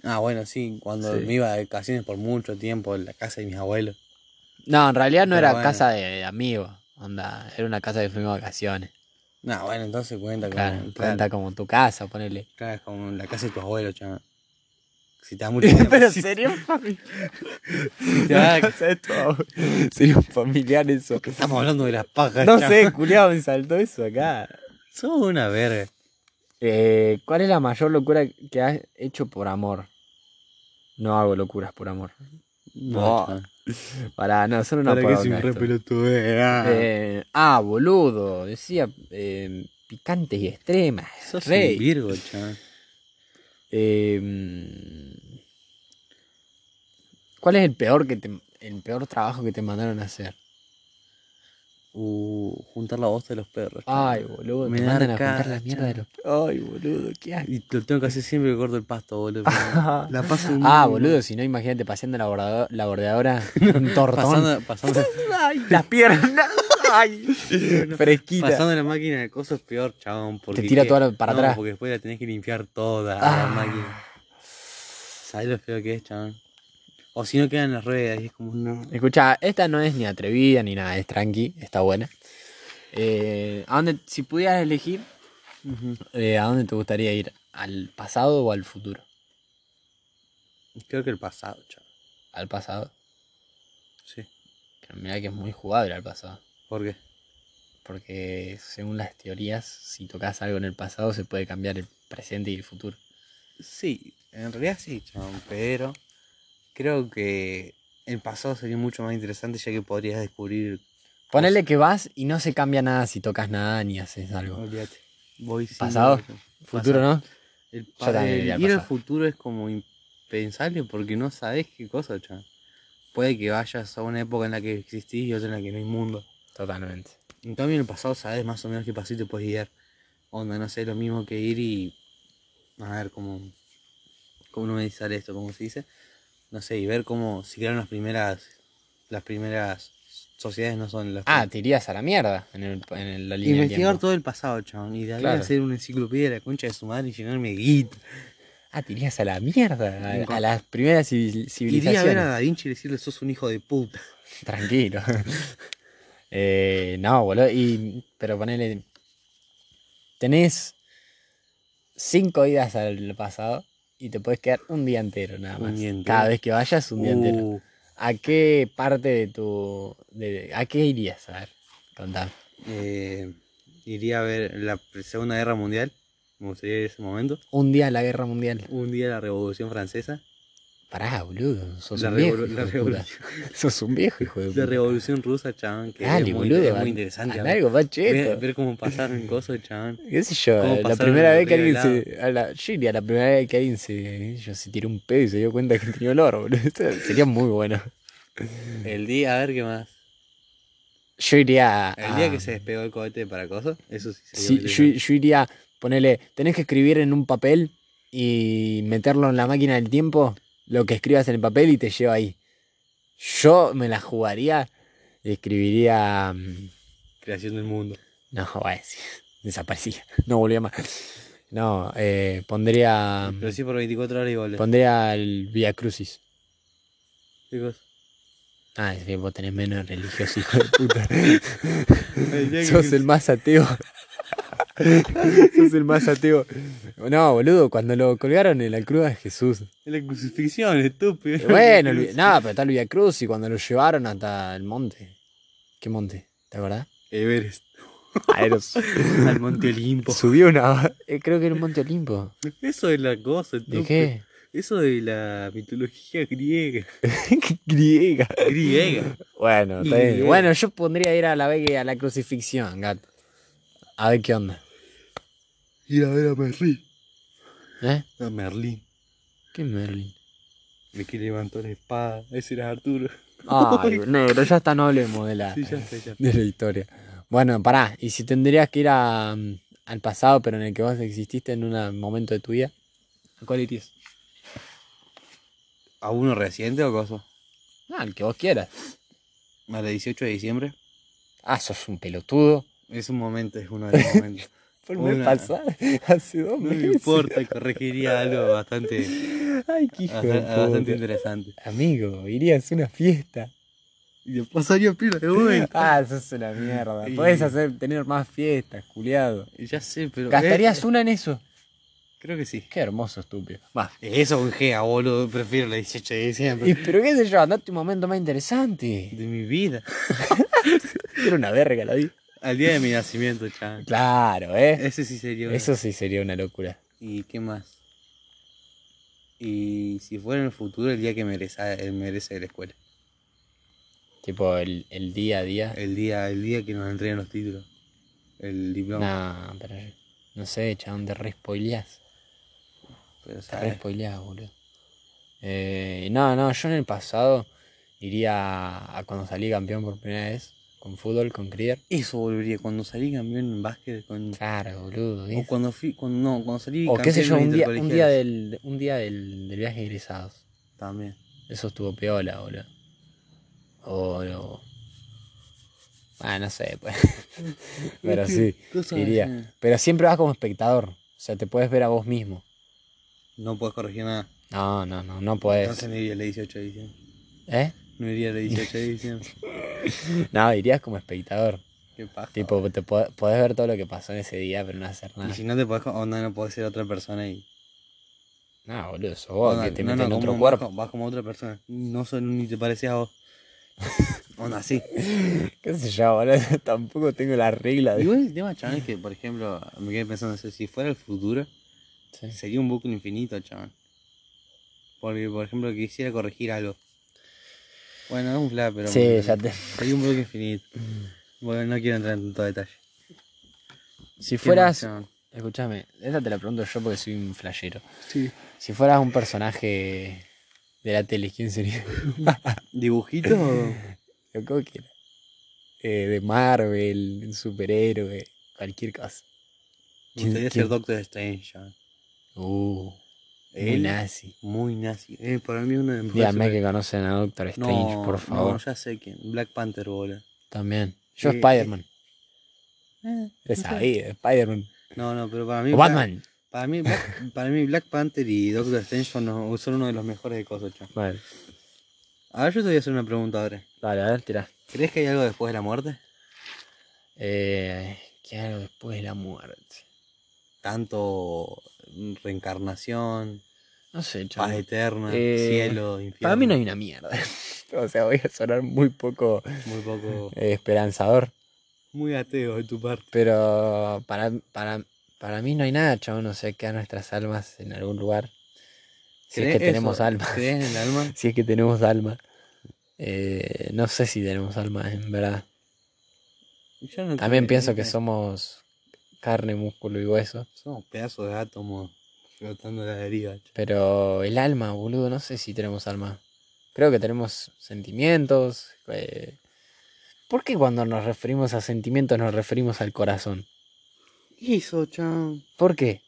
Ah, bueno, sí, cuando
Sí.
me iba de vacaciones por mucho tiempo en la casa de mis abuelos.
No, en realidad no
Pero
era
bueno.
casa de amigos. Onda, era una casa que fuimos de vacaciones.
No, bueno, entonces cuenta
Claro,
como.
cuenta como tu casa, ponele.
claro, es como la casa de tus abuelos, chaval. Si te das mucho tiempo, si
sería un familiar.
te vas-
Sería un familiar eso.
Estamos hablando de las pajas,
No
chaval.
sé, culiado, me saltó eso acá.
Sos una verga.
Eh, ¿Cuál es la mayor locura que has hecho por amor? No hago locuras por amor. No,
chaval.
Para, no, son una
Para que
poronga
soy un
esto.
re pelotudo, eh, ah.
Eh, ah, boludo. Decía eh, picantes y extremas.
Sos un
Rey.
virgo, chaval.
Eh, mm, ¿Cuál es el peor que te- el peor trabajo que te mandaron a hacer?
Uh, juntar la voz de los perros. chaval.
Ay, boludo,
Me
te
da
mandan a
arcada,
juntar la mierda de los. Ay, boludo, qué asco.
Y lo tengo que hacer siempre que corto el pasto, boludo. pero la paso muy
Ah,
mal.
boludo, si no, imagínate paseando la, bordado- la bordeadora un tortón.
Pasando, pasando,
Ay, las piernas. Ay, fresquita.
pasando la máquina de cosas es peor, chabón. Porque
tira
que-
toda la- para
no,
atrás.
Porque después la tenés que limpiar toda la
Ah.
máquina. ¿Sabés lo feo que es, chabón? O si no quedan las ruedas y es como no.
Escucha, esta no es ni atrevida ni nada, es tranqui, está buena. Eh, ¿a dónde, si pudieras elegir, eh, ¿a dónde te gustaría ir? ¿Al pasado o al futuro?
Creo que el pasado, chabón.
Al pasado.
Sí.
Pero mira que es muy jugable al pasado.
¿Por qué?
Porque según las teorías, si tocas algo en el pasado, se puede cambiar el presente y el futuro.
Sí, en realidad sí, chabón, pero creo que el pasado sería mucho más interesante ya que podrías descubrir.
Ponele que vas y no se cambia nada si tocas nada ni haces algo.
Olvídate. Voy sin-
Pasado, Futuro, ¿no?
El
Yo
pa-
también
el
diría el
ir al
pasado.
futuro es como impensable porque no sabes qué cosa, chaval. Puede que vayas a una época en la que existís y otra en la que no hay mundo.
Totalmente.
En cambio, en el pasado sabes más o menos qué pasó y te puedes guiar. Onda, no sé, lo mismo que ir y. A ver cómo. ¿Cómo no me dice esto? ¿Cómo se dice? No sé, y ver cómo se crearon las primeras. Las primeras sociedades no son las.
Ah, te irías a la mierda en, el, en el- la línea del
Investigar
tiempo.
todo el pasado, chabón. Y de ahí
Claro.
hacer una enciclopedia de la concha de su madre y llenarme de guita.
Ah, te irías a la mierda, a,
Nunca.
a las primeras civil-
Iría a ver
civilizaciones.
a Da Vinci y decirle: sos un hijo de puta.
Tranquilo. Eh, no, boludo. Y, pero ponele. Tenés cinco idas al pasado y te puedes quedar un día entero nada
Un
más.
día entero.
Cada vez que vayas, un día entero.
Uh,
¿A qué parte de tu. de- ¿A qué irías? A ver, contame.
eh, iría a ver la Segunda Guerra Mundial. Me gustaría ir a ese momento.
Un día a la guerra mundial.
Un día la Revolución Francesa.
Pará, boludo. Sos
La,
un
revolu-
viejo. hijo
la
de puta.
revolución,
Sos un viejo, hijo de
la
puta.
revolución rusa, chabón. Que
Dale,
es, muy,
boludo.
es muy
an-
interesante.
an-
¿no?
algo más cheto.
ver, ver cómo pasaron cosas, chabón.
¿Qué sé yo?
¿Cómo
La
pasaron
primera
de
vez que alguien
arriba de
se. A la, yo iría la primera vez que alguien se. yo se tiró un pedo y se dio cuenta que tenía olor, boludo. Esto sería muy bueno.
El día, a ver qué más.
Yo iría. a-
El día que se despegó el cohete de Paracoso, eso sí sería
Ah. Sí,
muy
yo,
interesante.
yo iría. Ponele. Tenés que escribir en un papel y meterlo en la máquina del tiempo. Lo que escribas en el papel y te lleva ahí. Yo me la jugaría y escribiría. mm,
Creación del mundo.
No, va a decir. Desaparecía. No volvía más. No, eh, pondría.
Lo sí por 24 horas y volé.
Pondría el Via Crucis.
Chicos,
Ah, es que vos tenés menos religioso, hijo de puta.
el día que-
Sos el más ateo. Sos el más ateo. No, boludo, cuando lo colgaron en la cruz de Jesús.
Es la crucifixión, estúpido.
Bueno, el- nada, pero está el Via Cruz y cuando lo llevaron hasta el monte. ¿Qué monte? ¿Te acordás?
Everest.
Aeros.
Al Monte Olimpo.
Subió una. Eh, Creo que era un monte Olimpo.
Eso es la
¿De
cosa, estúpido.
qué?
Eso de la mitología griega.
Griega.
Griega.
Bueno, está bien.
Griega.
Bueno, yo pondría ir a la vez que a la crucifixión, gato. A ver qué onda.
Ir a ver a Merlín.
¿Eh?
A Merlín.
¿Qué Merlin?
El que levantó la espada. Ese era Arturo.
Ay, negro, ya está, no hablemos de la,
Sí, ya sé, ya.
de la historia. Bueno, pará, y si tendrías que ir a, mm, al pasado, pero en el que vos exististe en un momento de tu vida, ¿a cuál irías?
¿A uno reciente o cosa?
Ah, al que vos quieras.
A la 18 de diciembre.
Ah, sos un pelotudo.
Es un momento, es uno de los momentos.
Por
Una-
hace dos
No me importa, corregiría algo bastante,
Ay, qué hijo de
bastante, bastante
puta.
interesante.
Amigo, irías a una fiesta.
Y le pasaría pila de momento.
Ah, sos una mierda.
Y-
Podés hacer, tener más fiestas, culiado.
Ya sé, pero.
¿Gastarías
eh,
una en eso?
Creo que sí.
Qué hermoso, estúpido. Va.
Eso un gea, boludo. Prefiero la 18 de diciembre.
Y, pero qué sé yo, andate un momento más interesante.
De mi vida.
Era una verga, la vi.
Al día de mi nacimiento, chaval.
Claro, ¿eh?
Ese sí sería. bueno.
Eso sí sería una locura.
¿Y qué más? Y si fuera en el futuro, el día que merece, él merece la escuela.
Tipo, el, el día a día.
El día, el día que nos entreguen los títulos. El diploma.
Nah, pero no sé, chabón, te re spoileás.
Pero,
Te
¿sabes?
re spoileás, boludo. Eh, no, no, yo en el pasado iría a, a cuando salí campeón por primera vez con fútbol, con Crier.
Eso volvería. Cuando salí campeón en básquet, con
Claro, boludo. ¿viste?
O cuando fui, cuando, no, cuando salí.
O qué sé yo, un
campeón en
día, un día,
intercolegiales.
del, un día del, del viaje de egresados.
También.
Eso estuvo piola, boludo. O. o- Ah, no sé, pues. Pero sí,
Cosas
iría.
así.
Pero siempre vas como espectador. O sea, te puedes ver a vos mismo.
No puedes corregir nada.
No, no, no, no podés.
Entonces no iría el 18 de diciembre.
¿Eh?
No iría el 18 de diciembre.
No, irías como espectador.
Qué paja. boludo.
Tipo, te po- podés ver todo lo que pasó en ese día, pero no hacer
Y
nada.
si no te podés, co- onda, no podés ser otra persona y.
No, boludo, sos vos Oh,
Onda,
que te
no,
meten
no,
en
como-
otro
vas
cuerpo.
como- Vas como otra persona. No son, ni te pareces a vos. onda, sí.
¿Qué sé yo, boludo? Tampoco tengo la regla de.
Igual el tema, chaval, es que, por ejemplo, me quedé pensando, o sea, si fuera el futuro,
Sí.
sería un bucle infinito, chaval. Porque, por ejemplo, quisiera corregir algo. Bueno, es un flash, pero.
Sí, ya te.
Hay un bloque infinito. Bueno, no quiero entrar en tanto detalle.
Si
¿Qué
fueras.
más, chabón?
Escúchame, esta te la pregunto yo porque soy un flashero.
Sí.
Si fueras un personaje de la tele, ¿quién sería?
¿Dibujito o.?
Lo que vos quieras. Eh, de Marvel, un superhéroe, cualquier cosa.
Me
¿Quién-
gustaría
quién?
ser Doctor Strange, chabón.
Uh, muy
Él,
nazi.
Muy nazi. Eh, para mí uno de mis
Díganme que
personajes.
conocen a Doctor Strange,
No,
por favor.
No, ya sé quién. Black Panther, bola.
También. Yo
Eh,
Spider-Man.
Eh,
Lo sabía, Spider-Man.
No, no, pero para mí.
O
Black-
Batman.
Para mí, Black, para mí Black Panther y Doctor Strange son, los- son uno de los mejores de cosas, chabón.
Vale.
A ver, yo te voy a hacer una pregunta ahora.
Dale, a ver, tirá.
¿Crees que hay algo después de la muerte?
Eh, ¿Qué hago después de la muerte?
Tanto mm, reencarnación,
No sé,
paz
chaval.
eterna,
Eh,
cielo, infierno.
Para mí no hay una mierda. o sea, voy a sonar muy poco
Muy poco.
eh, esperanzador.
Muy ateo de tu parte.
Pero para, para, para mí no hay nada, chabón. No sé, quedan nuestras almas en algún lugar. Si es que
¿Crees
tenemos
eso?
alma.
¿Crees en el alma?
Si es que tenemos alma. Eh, no sé si tenemos alma, en verdad.
Yo no
También
creo,
pienso que
¿viste?
somos carne, músculo y hueso.
Somos pedazos de átomos flotando a la deriva. che.
Pero el alma, boludo, no sé si tenemos alma. Creo que tenemos sentimientos. eh, ¿Por qué cuando nos referimos a sentimientos nos referimos al corazón?
¿Qué hizo, chan?
¿Por qué?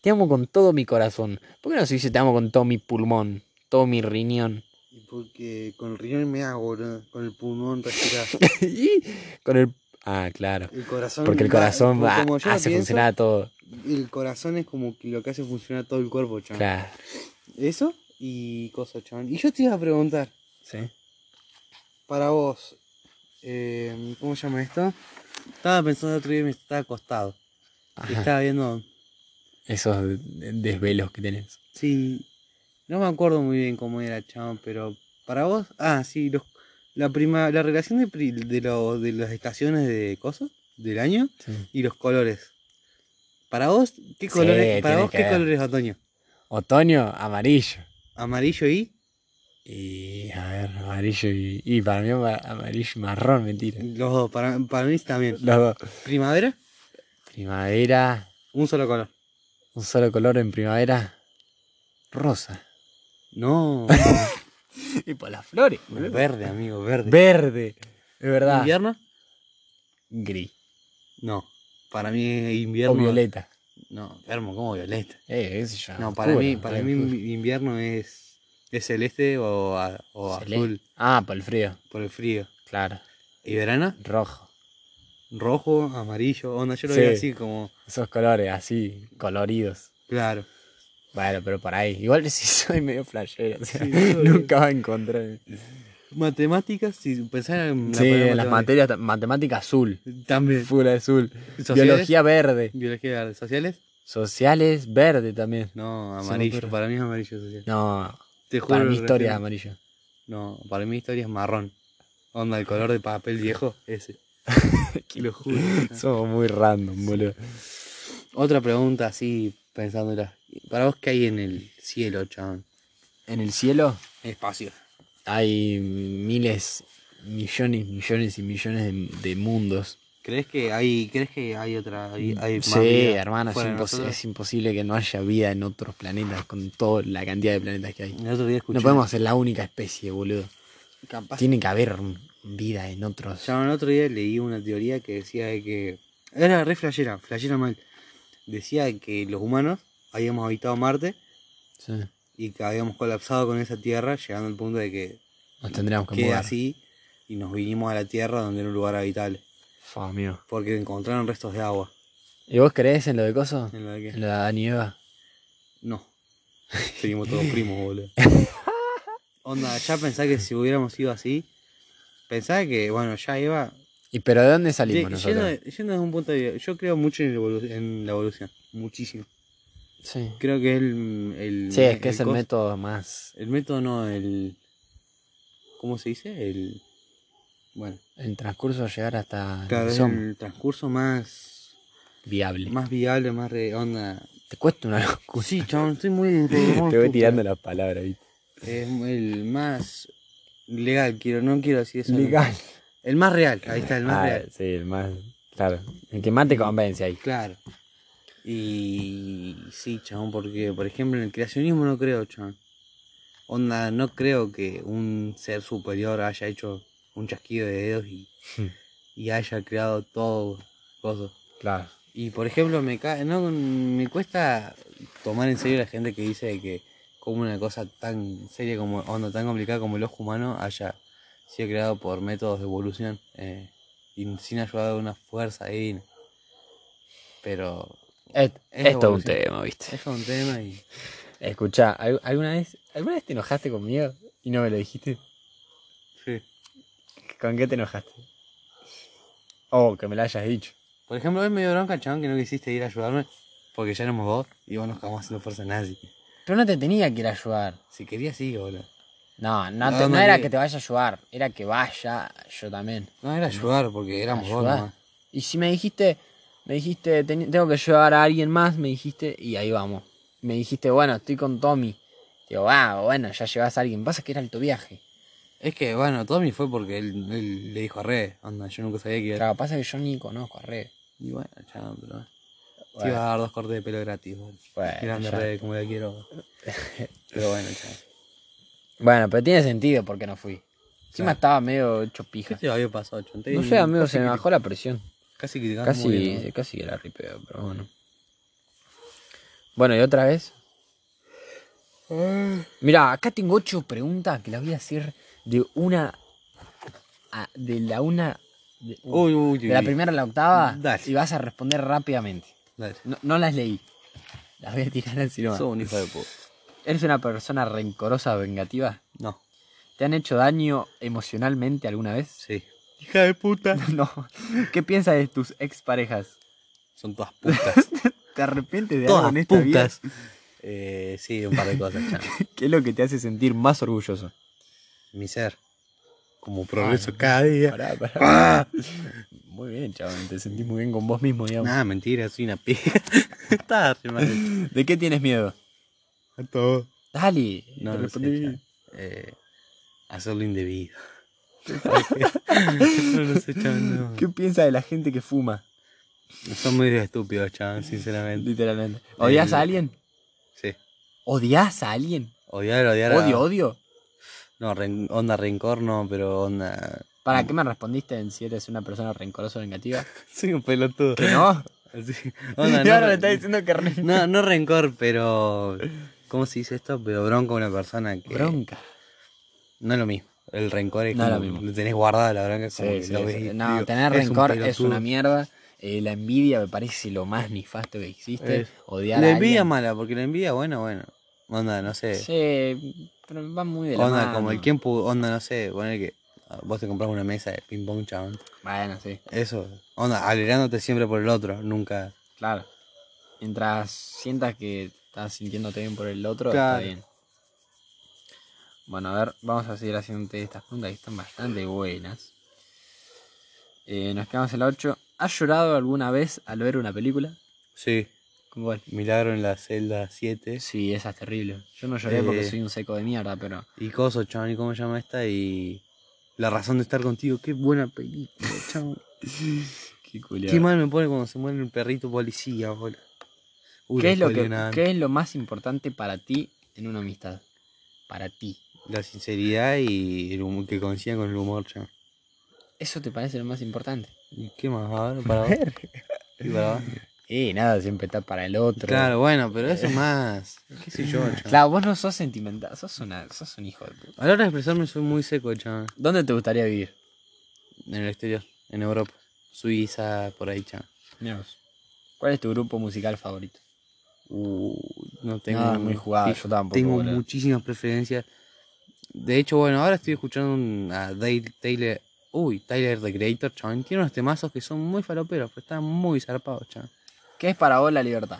Te amo con todo mi corazón. ¿Por qué no se dice te amo con todo mi pulmón, todo mi riñón?
Y porque con el riñón me hago, boludo. Con el pulmón respirar.
Y con el... Ah, claro.
El corazón.
Porque el
va-
corazón
como-
va, ah,
como yo lo
hace
pienso, Ah.
funcionar todo.
El corazón es como que lo que hace funcionar todo el cuerpo, chan.
Claro.
Eso y cosas, chan. Y yo te iba a preguntar,
Sí.
para vos, eh, ¿cómo se llama esto? Estaba pensando el otro día y me estaba acostado. Estaba viendo.
Esos de- desvelos que tenés.
Sí. No me acuerdo muy bien cómo era, chabón, pero. ¿Para vos? Ah, sí, los, la, prima, la relación de, pri- de, lo- de las estaciones de cosas del año y los colores. ¿Para vos
Sí,
qué colores, para
tiene
vos,
que
¿qué
ver.
colores de otoño?
Otoño, amarillo.
¿Amarillo y?
Y a ver, amarillo y. Y para mí ama- amarillo y marrón, mentira.
Los dos, para, para mí también.
Los dos.
¿Primavera?
Primavera.
Un solo color.
Un solo color en primavera. Rosa.
No,
Y para las flores,
verde, amigo, verde.
Verde. Es verdad.
¿Invierno?
Gris.
No, para mí invierno.
O violeta.
No, hermo, como violeta.
Eh, qué sé yo,
No, para
oscuro,
mí, para
eh,
mí
oscuro.
invierno es, es celeste o, a- o
Celeste.
azul
Ah, por el frío.
por el frío.
Claro.
¿Y verano?
Rojo.
Rojo, amarillo, onda, yo lo
Sí.
veo así como,
Esos colores así, coloridos.
claro.
Bueno, pero por ahí. Igual si soy medio flashero. o sea,
Sí, yo-
nunca va a encontrar.
Matemáticas, si pensar en la
sí,
palabra
en las materias, ta- matemática azul,
También.
full azul,
¿Sociales?
biología verde,
Biología verde. ¿Sociales?
sociales verde también.
No,
Se me
amarillo.
ocurre.
Para mí es amarillo social.
No,
Te juro.
para
lo
mí historia es
refiero.
amarillo.
No, para mí historia es marrón. Onda, el color de papel viejo, ese. Lo juro.
Somos muy random, boludo.
Otra pregunta así, pensándola. ¿Para vos qué hay en el cielo, chabón?
En el cielo
Espacio.
hay miles, millones, millones y millones de, de mundos.
¿Crees que hay, crees que hay otra, hay, hay más
Mm, Sí,
vida
hermano, es,
fuera de
impos-
nosotros?
es imposible que no haya vida en otros planetas con toda la cantidad de planetas que hay.
El otro día escuché.
No podemos ser la única especie, boludo.
Capaz.
Tiene que haber vida en otros.
Chabón, el otro día leí una teoría que decía de que. Era re flashera, flashera mal. Decía de que los humanos habíamos habitado Marte
Sí.
y que habíamos colapsado con esa Tierra, llegando al punto de que
Nos tendríamos que
queda
mudar.
así y nos vinimos a la Tierra donde era un lugar habitable.
Fa, mío.
Porque encontraron restos de agua.
¿Y vos creés en lo de coso?
En lo de que-
En lo de Adán y Eva.
No. Seguimos todos primos, boludo. Onda, ya pensaba que si hubiéramos ido así, pensaba que, bueno, ya iba.
¿Y pero de dónde
Ye-
salimos
yendo,
nosotros?
yendo desde un punto de vista, yo creo mucho en, la evolu- en la evolución. Muchísimo.
Sí.
Creo que es el. el
Sí, es que es el
cos-
método más.
El método no, el. ¿Cómo se dice? El. Bueno,
El transcurso a llegar hasta
claro,
el
es
som
el transcurso más.
viable.
Más viable, más re, onda.
Te cuesta una locura.
Sí, chabón, estoy muy.
Te voy tirando las palabras, ¿viste?
Es el más legal, quiero, no quiero decir eso.
Legal.
El más real, ahí está, el más
Ah,
real.
sí, el más. Claro. El que más te convence ahí.
Claro. Y sí, chabón, porque por ejemplo en el creacionismo no creo, chabón. Onda, no creo que un ser superior haya hecho un chasquido de dedos y,
Hmm.
y haya creado todo cosas.
Claro.
Y por ejemplo, me, ca- no, me cuesta tomar en serio la gente que dice de que como una cosa tan seria como onda tan complicada como el ojo humano haya sido creado por métodos de evolución eh, y sin ayuda de una fuerza divina. Pero
Et-
Es
esto
la
es un
evolución.
tema, ¿viste?
es un tema y
Escuchá, ¿al- ¿alguna vez, ¿alguna vez te enojaste conmigo y no me lo dijiste?
sí.
¿Con qué te enojaste? Oh, que me lo hayas dicho.
Por ejemplo, hoy me dio bronca, chabón, que no quisiste ir a ayudarme porque ya éramos dos y vos nos acabamos haciendo fuerza nazi.
Pero no te tenía que ir a ayudar.
Si querías, sí, boludo.
No, no,
No,
te-
no
no era
quería.
que te vaya a ayudar, era que vaya yo también.
No, era ayudar porque éramos
Ayudar.
dos nomás.
Y si me dijiste, me dijiste, "Ten- tengo que ayudar a alguien más, me dijiste, y ahí vamos. Me dijiste, bueno, estoy con Tommy. Digo, ah, bueno, ya llevas a alguien. Pasa que era alto viaje.
Es que, bueno, Tommy fue porque él, él le dijo a Re, onda, yo nunca sabía que iba
Claro, pasa que yo ni conozco a Red.
Y bueno, chao, pero. bueno. Te
Bueno.
iba a dar dos cortes de pelo gratis, boludo.
Bueno,
Grande
ya.
Re, como la quiero. Pero bueno, chao.
Bueno, pero tiene sentido porque no fui. Encima
Claro.
estaba medio hecho
¿Qué
pija.
te había pasado, chon? Te-
No sé, amigo,
casi
se me
que-
bajó la presión.
Casi que te acabas muriendo,
Casi,
¿no?
casi que la ripeo, pero bueno. Bueno, y otra vez. Mira, acá tengo ocho preguntas que las voy a hacer de una. a- de la una. De,
Uy, uy, uy.
de la primera a la octava.
Dale.
Y vas a responder rápidamente.
Dale.
No, no las leí. Las voy a tirar al sino.
Sos un hijo de puta.
¿Eres una persona rencorosa o vengativa?
No,
¿Te han hecho daño emocionalmente alguna vez?
sí. Hija de puta.
No. ¿Qué piensas de tus exparejas?
Son todas putas.
¿Te arrepientes de algo
Todas
en esta vida?
putas. Eh, sí, un par de cosas, chan.
¿Qué es lo que te hace sentir más orgulloso?
Mi ser. Como progreso cada día.
Pará, pará.
Ah.
Muy bien, chaval, te sentís muy bien con vos mismo, digamos.
Nada, mentira, soy una pija. Está re mal.
¿De qué tienes miedo?
A todo.
Dale,
No,
te
no sé,
respondí.
chan. eh, Hacerlo indebido. no, no sé, chan. No.
¿Qué piensas de la gente que fuma?
Son muy estúpidos, chan, sinceramente.
Literalmente. ¿Odias
El-
a alguien?
Sí.
¿Odias a alguien?
Odiar, odiar. a-
Odio, odio.
No, ren- onda rencor no, pero onda.
¿Para qué me respondiste en si eres una persona rencorosa o negativa?
Soy un pelotudo.
¿Que no?
Así,
y
onda,
ahora
no, Eh,
me
re-
está diciendo que re...
no, no rencor, pero. ¿Cómo se dice esto? Pero bronco a una persona que.
Bronca.
No es lo mismo. El rencor es
No es
como.
lo mismo.
Lo tenés guardada la bronca. es como
Sí,
que
sí,
lo
sí.
ves y,
No,
digo,
tener
es un
rencor es
pelotudo.
una mierda. Eh, la envidia me parece lo más nefasto que existe.
Es-
Odiar
Eh, La
a alguien.
envidia mala, porque la envidia, bueno, bueno. Onda, no sé.
Sí, pero va muy de la
onda,
mano.
como el quien pudo. Onda, no sé. Poner que. ah, Vos te compras una mesa de ping-pong, chabón.
Bueno, sí,
Eso. Onda, alegrándote siempre por el otro. Nunca.
claro. Mientras sientas que estás sintiéndote bien por el otro,
Claro.
está bien. Bueno, a ver, vamos a seguir haciéndote estas preguntas que están bastante buenas. Eh, nos quedamos en la 8. ¿Has llorado alguna vez al ver una película?
Sí.
¿Con cuál?
Milagro en la celda 7.
Sí, esa es terrible. Yo no lloré porque
Eh.
soy un seco de mierda, pero.
Y Coso, chabón, ¿y cómo se llama esta? Y. La razón de estar contigo, qué buena película, chabón.
Qué
Qué mal me pone cuando se muere el perrito policía, boludo. Uy,
¿Qué,
no
es lo
spoilé
que,
nada.
¿Qué es lo más importante para ti en una amistad? Para ti.
La sinceridad y el humor, que coincida con el humor, chabón.
¿Eso te parece lo más importante?
¿Y qué más? A ver, para vos. ¿Y para vos?
Y Eh, nada, siempre está para el otro. Eh. Mm.
Claro, bueno, pero eso es más. ¿Qué sé yo, chabón?
Claro, vos no sos sentimental, sos, una, sos un hijo de puta.
A la hora de expresarme soy muy seco, chabón.
¿Dónde te gustaría vivir?
En el exterior, en Europa. Suiza, por ahí, chabón.
¿Cuál es tu grupo musical favorito?
Uh, no tengo.
No, es muy jugado, yo tampoco,
Tengo
boludo.
muchísimas preferencias. De hecho, bueno, ahora estoy escuchando un- a Dale- Taylor. Uy, Tyler the Creator, chaval. Tiene unos temazos que son muy faloperos, pero están muy zarpados, chaval.
¿Qué es para vos la libertad?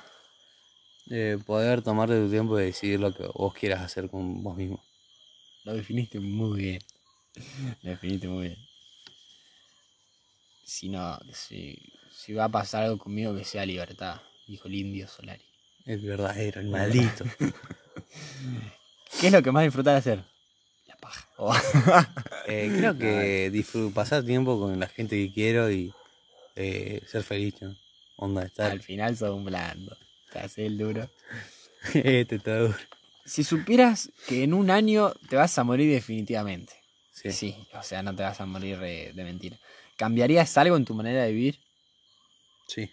Eh, poder tomarte tu tiempo de decidir lo que vos quieras hacer con vos mismo.
Lo definiste muy bien. Lo definiste muy bien. Si no, si, si va a pasar algo conmigo que sea libertad, dijo el indio Solari.
El verdadero, el maldito.
¿Qué es lo que más disfrutas de hacer? La paja. Oh.
Eh, creo que disfruto, pasar tiempo con la gente que quiero y eh, ser feliz, chaval. Onda, estar.
Al final sos un blando. Te haces el duro.
este está duro.
Si supieras que en un año te vas a morir definitivamente.
Sí.
Sí, o sea, no te vas a morir eh, de mentira. ¿Cambiarías algo en tu manera de vivir?
sí.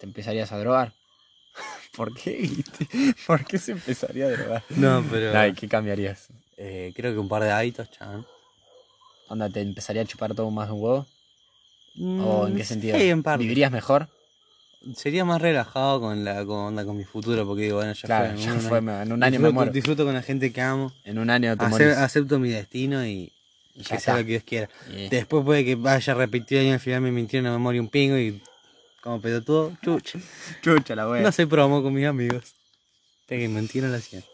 ¿Te empezarías a drogar? ¿Por qué? ¿Por qué se empezaría a drogar?
No, pero.
Ay, ¿qué cambiarías?
eh, creo que un par de hábitos, chaval.
¿Onda, te empezaría a chupar todo más de un huevo?
Mm,
¿O Oh, en qué sentido?
Sí, en parte.
¿Vivirías mejor?
Sería más relajado con la con, onda, con mi futuro, porque digo, bueno, ya
Claro,
fue.
ya
¿no?
fue, me- en un año me
disfruto,
muero.
disfruto con la gente que amo.
En un año te
ace-
morís.
acepto mi destino y
Y ya
que sea
está.
lo que Dios quiera.
Eh,
Después puede que vaya repetido y al final me mintieron a memoria un pingo y como pelotudo, chucha.
Chucha la wea.
No soy promo con mis amigos. Te que mentira la hacían.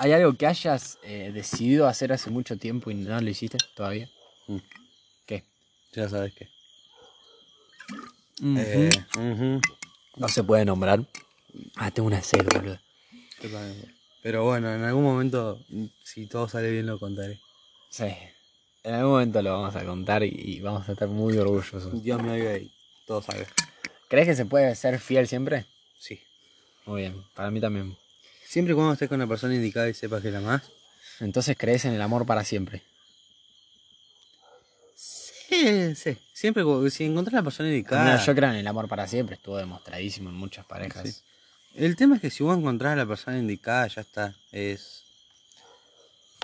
¿Hay algo que hayas eh, decidido hacer hace mucho tiempo y no lo hiciste todavía?
Mm.
¿Qué?
Ya sabes qué.
Ujú.
Eh, ujú.
No se puede nombrar. Ah, tengo una sed, boludo.
Yo también. Pero bueno, en algún momento, si todo sale bien, lo contaré.
Sí. En algún momento lo vamos a contar y, y vamos a estar muy orgullosos.
Dios me oiga y todo sale.
¿Crees que se puede ser fiel siempre?
Sí.
Muy bien, para mí también.
Siempre y cuando estés con la persona indicada y sepas que la más.
Entonces crees en el amor para siempre.
Sí, sí. Siempre cu- si encontrás la persona indicada.
Mira, yo creo en el amor para siempre, estuvo demostradísimo en muchas parejas.
Sí. El tema es que si vos encontrás a la persona indicada, ya está. Es.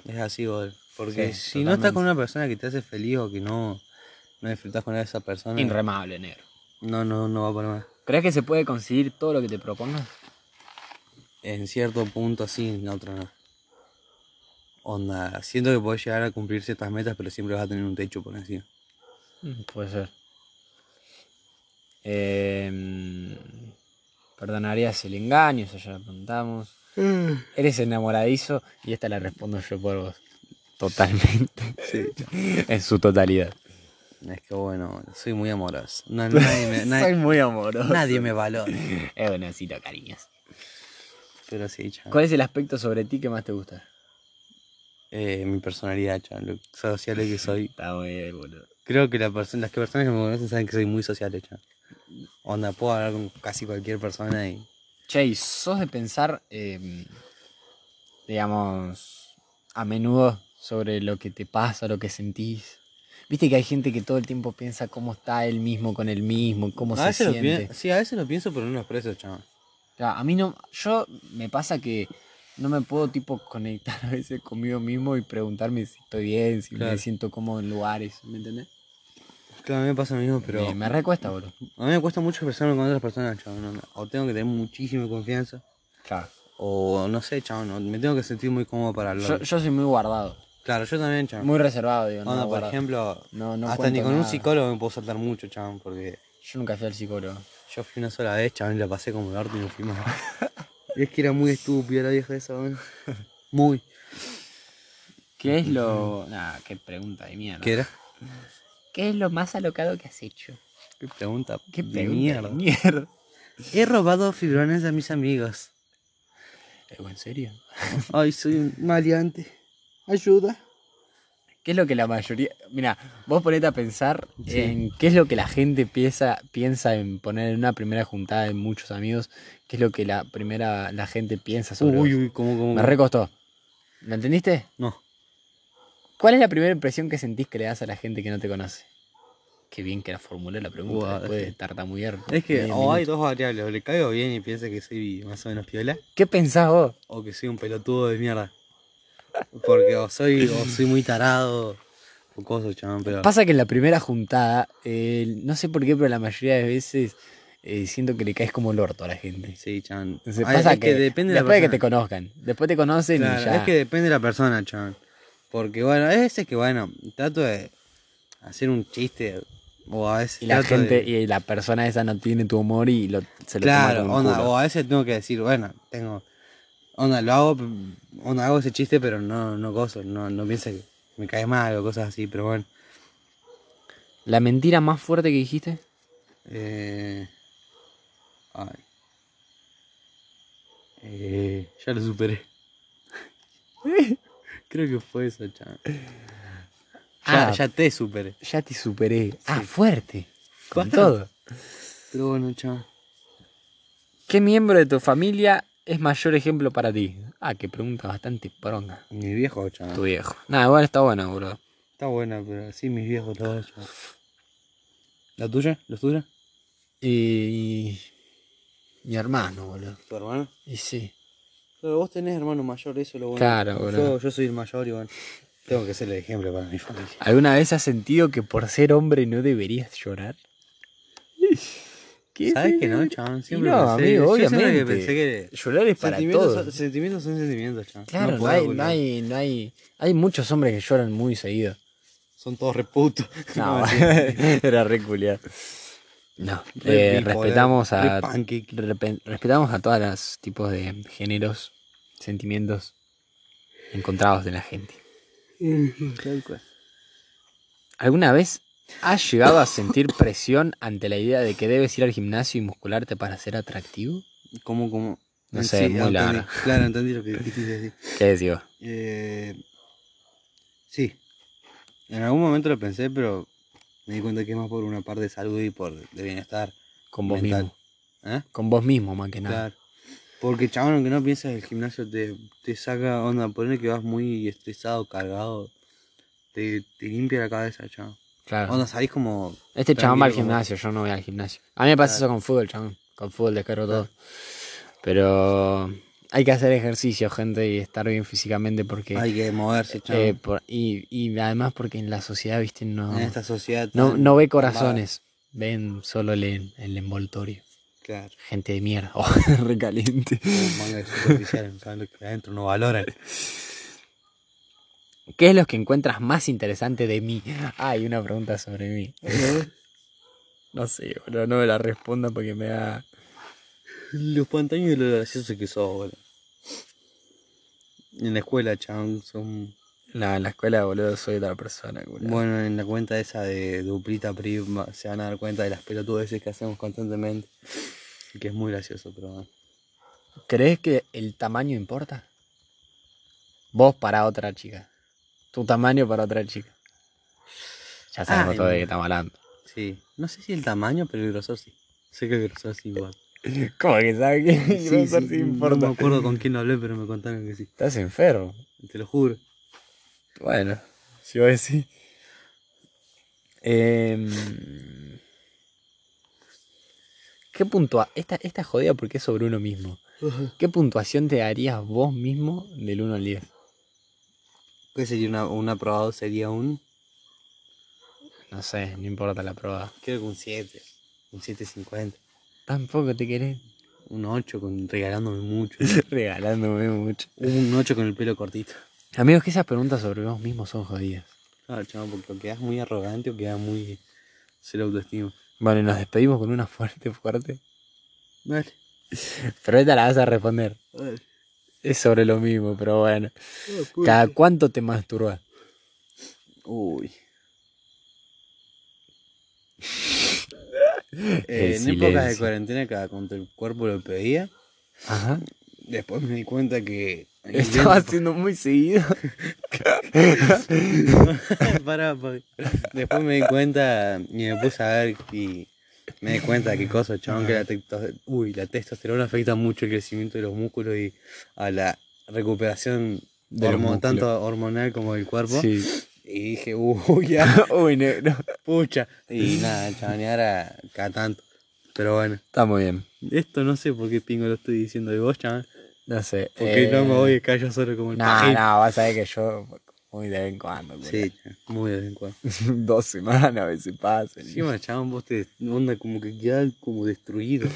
Es así, bol. Porque
Sí,
si no estás
totalmente.
con una persona que te hace feliz o que no, no disfrutás con esa persona,
Inremable, negro.
no, no, no va por más.
¿Crees que se puede conseguir todo lo que te propongas?
En cierto punto sí, en otro no. Onda, siento que podés llegar a cumplir ciertas metas, pero siempre vas a tener un techo por encima.
Mm, Puede ser. Eh, ¿Perdonarías el engaño? Eso ya lo preguntamos. ¿Eres enamoradizo? Y esta la respondo yo por vos. Totalmente. en su totalidad.
Es que bueno, soy muy amoroso. No, nadie, me, Eh, na-
Soy muy amoroso.
nadie me valora.
Es buenacito, cariños.
Pero sí, chaval.
¿Cuál es el aspecto sobre ti que más te gusta?
Eh, mi personalidad, chaval, lo social que soy.
Está muy bien, boludo.
Creo que la persona, las que personas que me conocen saben que soy muy social, chaval. Onda, puedo hablar con casi cualquier persona y.
Che, ¿y sos de pensar, eh, digamos, a menudo sobre lo que te pasa, lo que sentís? Viste que hay gente que todo el tiempo piensa cómo está él mismo con él mismo, cómo
a
se
veces lo
siente.
pienso, sí, a veces lo pienso, pero no lo expreso, chaval.
O sea, a mí no, yo me pasa que no me puedo tipo conectar a veces conmigo mismo y preguntarme si estoy bien, si me
Claro.
siento cómodo en lugares, ¿me entendés?
Claro, a mí me pasa lo mismo, pero.
Me, me recuesta, bro.
A mí me cuesta mucho expresarme con otras personas, chaval. no, no. O tengo que tener muchísima confianza.
Claro.
O no sé, chaval, no, me tengo que sentir muy cómodo para
Yo,
hablar.
yo soy muy guardado,
Claro, yo también, chaval.
muy reservado, digo.
Onda,
no,
por
guarda-
ejemplo,
no, no
hasta
cuento
ni con un
nada.
psicólogo me puedo saltar mucho, chaval, porque.
Yo nunca fui al psicólogo.
Yo fui una sola vez, chaval, y la pasé como el orto y no fui más. Y es que era muy estúpida la vieja esa, weón. Muy.
¿Qué es lo. Nah, qué pregunta de mierda.
¿Qué era?
¿Qué es lo más alocado que has hecho?
Qué pregunta.
Qué
de
pregunta
mierda.
de mierda.
He robado fibrones a mis amigos.
Eh, ¿En serio?
Ay, soy un maleante. Ayuda.
¿Qué es lo que la mayoría.? Mira, vos ponete a pensar
Sí.
en qué es lo que la gente piensa, piensa en poner en una primera juntada de muchos amigos. ¿Qué es lo que la primera la gente piensa sobre
Uy,
vos.
uy, cómo, cómo.
Me recostó. ¿Lo entendiste?
No.
¿Cuál es la primera impresión que sentís que le das a la gente que no te conoce? Qué bien que la formulé la pregunta
Guau,
después
es
de tartamudear.
Es que
medio
o hay
minuto.
dos variables, o le caigo bien y piensa que soy más o menos piola,
¿Qué pensás vos?
o que soy un pelotudo de mierda. Porque o soy, o soy muy tarado, o cosas, chaval, pero.
Pasa que en la primera juntada, eh, no sé por qué, pero la mayoría de veces eh, siento que le caes como el orto a la gente.
Sí, chaval.
Entonces,
Ay,
pasa
Ah, es
que,
depende de la
después de que te
persona.
conozcan, después te conocen
Claro,
y ya.
es que depende de la persona, chaval. Porque bueno, hay veces que bueno, trato de hacer un chiste, o a veces.
y la
trato de-
gente y la persona esa no tiene tu humor y lo, se lo toma
Claro,
como un
onda,
culo.
o a veces tengo que decir, bueno, tengo. Onda, lo hago, onda, hago ese chiste, pero no, no gozo, no, no piensa que me cae mal o cosas así, pero bueno.
La mentira más fuerte que dijiste.
Eh, ay. Eh, ya lo superé. Creo que fue eso, chaval. Ya,
Ah.
ya te superé.
Ya te superé. Ah, fuerte. Con todo.
Bastante. Pero bueno, chaval.
¿Qué miembro de tu familia es mayor ejemplo para ti? Ah, que pregunta bastante pronga.
Mi viejo, chaval.
Tu viejo. Nada, igual está bueno, bro.
Está buena, pero sí, mis viejos todos, chaval. ¿La tuya? ¿Los tuyos?
Y. Mi hermano, boludo.
¿Tu hermano?
Y sí.
Pero vos tenés hermano mayor, eso es lo bueno.
Claro, boludo.
Yo, yo soy el mayor y bueno, tengo que ser el ejemplo para mi familia.
¿Alguna vez has sentido que por ser hombre no deberías llorar? ¿Qué
¿Sabes
sé?
que no, chabón? Siempre
no,
pensé,
amigo,
yo siempre que
obviamente.
pensé que
Llorar es para
sentimientos,
todos.
son, sentimientos son sentimientos, chabón.
Claro, no,
puedo
hay, no
ocultar.
hay, no hay, hay muchos hombres que lloran muy seguido.
Son todos reputos.
No,
mentira.
era re culiado. No,
Re
eh,
bipolar,
respetamos a
re pancake.
repe- respetamos a todos los tipos de géneros, sentimientos encontrados de la gente. ¿Alguna vez has llegado a sentir presión ante la idea de que debes ir al gimnasio y muscularte para ser atractivo?
¿Cómo, cómo?
No sé, muy
entendí.
larga.
Claro, entendí lo que quisiste decir.
¿Qué decís? vos?
Eh, sí. En algún momento lo pensé, pero me di cuenta que es más por una parte de salud y por de bienestar.
Con vos
Mental.
mismo.
¿Eh?
Con vos mismo, más que nada.
Claro. Porque, chabón, aunque no pienses, el gimnasio te, te saca onda. Poner que vas muy estresado, cargado, te, te limpia la cabeza, chabón.
Claro.
Onda, salís como.
Este chabón va al
tranquilo,
gimnasio, yo no voy al gimnasio. A mí me pasa eso con fútbol, chabón. Con fútbol descargo todo. Pero hay que hacer ejercicio, gente, y estar bien físicamente porque...
como- Hay que moverse, chabón.
eh, por- y, y además porque en la sociedad, viste, no,
en esta sociedad.
no,
tan
no ve
armada.
corazones. Ven solo leen el envoltorio.
Claro.
Gente de mierda. Oh, recaliente.
como manga de superficiales, no saben lo que hay adentro no valoran.
¿Qué es lo que encuentras más interesante de mí? Ah, hay una pregunta sobre mí. No sé, bro, no me la responda porque me da...
Los pantaños y lo gracioso que sos, boludo. En la escuela, chabón, son.
No, en la escuela, boludo, soy otra persona, culiao.
Bueno, en la cuenta esa de Duplita Prima se van a dar cuenta de las pelotudeces que hacemos constantemente. Que es muy gracioso, pero. bueno.
¿Crees que el tamaño importa? Vos para otra chica. Tu tamaño para otra chica. Ya sabemos
Ay,
todo de
no.
qué estamos hablando.
Sí. No sé si el tamaño, pero el grosor sí. Sé que el grosor sí, igual.
¿Cómo que sabes que
Sí,
el grosor
sí,
sí
No
importa?
me acuerdo con quién lo hablé, pero me contaron que sí.
Estás enfermo.
Te lo juro.
Bueno, si vos decís. Em, ¿Qué puntua esta, esta es jodida porque es sobre uno mismo. ¿Qué puntuación te darías vos mismo del 1 al 10?
¿Qué sería una, un aprobado? Sería un.
No sé, no importa la prueba.
Creo que un 7. Un 7.50.
Tampoco te querés.
Un 8 con regalándome mucho.
Regalándome mucho.
un 8 con el pelo cortito.
Amigos, que esas preguntas sobre vos mismos son jodidas.
Claro, chaval, Ah, porque o quedás muy arrogante o quedás muy. cero autoestima.
Bueno, y nos despedimos con una fuerte, fuerte.
Vale.
Pero esta la vas a responder.
vale.
Es sobre lo mismo, pero bueno. ¿Cada cuánto te masturbas?
Uy.
El
Eh, en épocas de
silencio.
cuarentena, cada cuanto el cuerpo lo pedía,
Ajá.
después me di cuenta que.
Estaba haciendo muy seguido.
Pará, pa- Después me di cuenta y me puse a ver y me di cuenta que cosa, chabón, que la, tecto- uy, la testosterona afecta mucho el crecimiento de los músculos y a la recuperación
De los
hormo-
músculos.
tanto hormonal como del cuerpo.
Sí.
Y dije, uy, ya,
Uy, negro.
pucha. Y nada, chabón, y ahora cada tanto. Pero bueno,
Está muy bien.
esto no sé por qué pingo lo estoy diciendo de vos, chabón.
No sé.
Porque
eh,
no me voy a callar solo como el
No,
pajín.
no, vas a ver que yo muy de vez en cuando.
Sí, chabón, muy de vez en cuando.
culo. Dos semanas a veces pasan.
Encima, chabón, vos te onda como que quedás como destruido.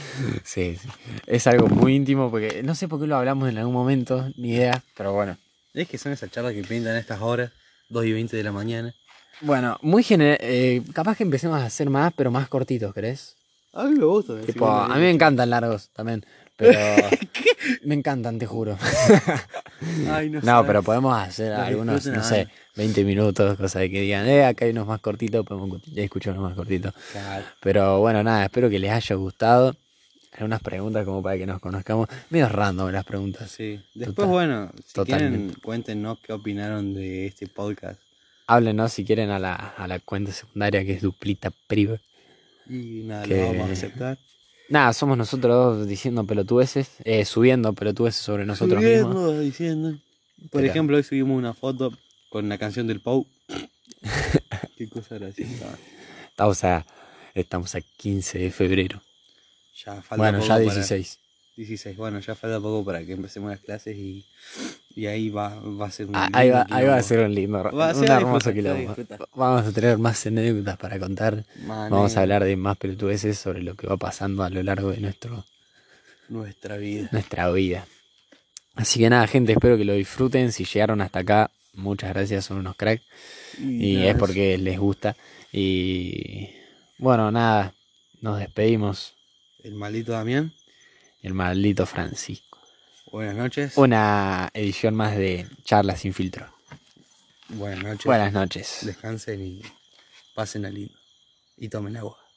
Sí, sí. Es algo muy íntimo porque no sé por qué lo hablamos en algún momento, ni idea, pero bueno.
Es que son esas charlas que pintan a estas horas, 2 y 20 de la mañana.
Bueno, muy general. capaz que empecemos a hacer más, pero más cortitos, ¿crees?
A mí me gusta.
Tipo, a mí me encantan largos también, pero. Me encantan, te juro.
Ay, no,
No,
sabes.
pero podemos hacer
Los
algunos,
disfruten
no
a
sé,
banda.
20 minutos, cosas de que digan, eh, acá hay unos más cortitos, podemos escu- ya escuchar unos más cortitos.
Claro.
Pero bueno, nada, espero que les haya gustado. Algunas preguntas como para que nos conozcamos. Medio random las preguntas.
Sí. Después,
Total-
bueno, si quieren,
totalmente.
cuéntenos qué opinaron de este podcast.
Háblenos si quieren a la, a la cuenta secundaria que es Duplita Prive.
Y nada,
Que-
lo vamos a aceptar.
Nada, somos nosotros dos diciendo pelotudeces, eh, subiendo pelotudeces sobre nosotros
Subiendo,
mismos.
diciendo. Por
Espera.
ejemplo, hoy subimos una foto con la canción del Pau. qué cosa graciosa.
Estamos a, estamos a 15 de febrero.
Ya falta
bueno,
poco
ya
para-
16.
16. Bueno, ya falta poco para que empecemos las clases y, y ahí va, va a ser un.
Ah, ahí, va,
lindo
ahí va a
quilombo.
ser un lindo,
Va a ser
un
a
hermoso
disfrutar, se va a
quilombo.
disfrutar.
Vamos a tener más anécdotas para contar.
Mané,
Vamos a hablar de más pelotudeces sobre lo que va pasando a lo largo de nuestro,
Nuestra vida.
nuestra vida. Así que nada, gente, espero que lo disfruten. Si llegaron hasta acá, muchas gracias, son unos cracks. Y
nada,
es porque les gusta. Y bueno, nada, nos despedimos.
El maldito Damián.
El maldito Francisco.
Buenas noches.
Una edición más de Charlas sin filtro.
Buenas noches.
Buenas noches.
Descansen y pasen al lindo. Y tomen agua.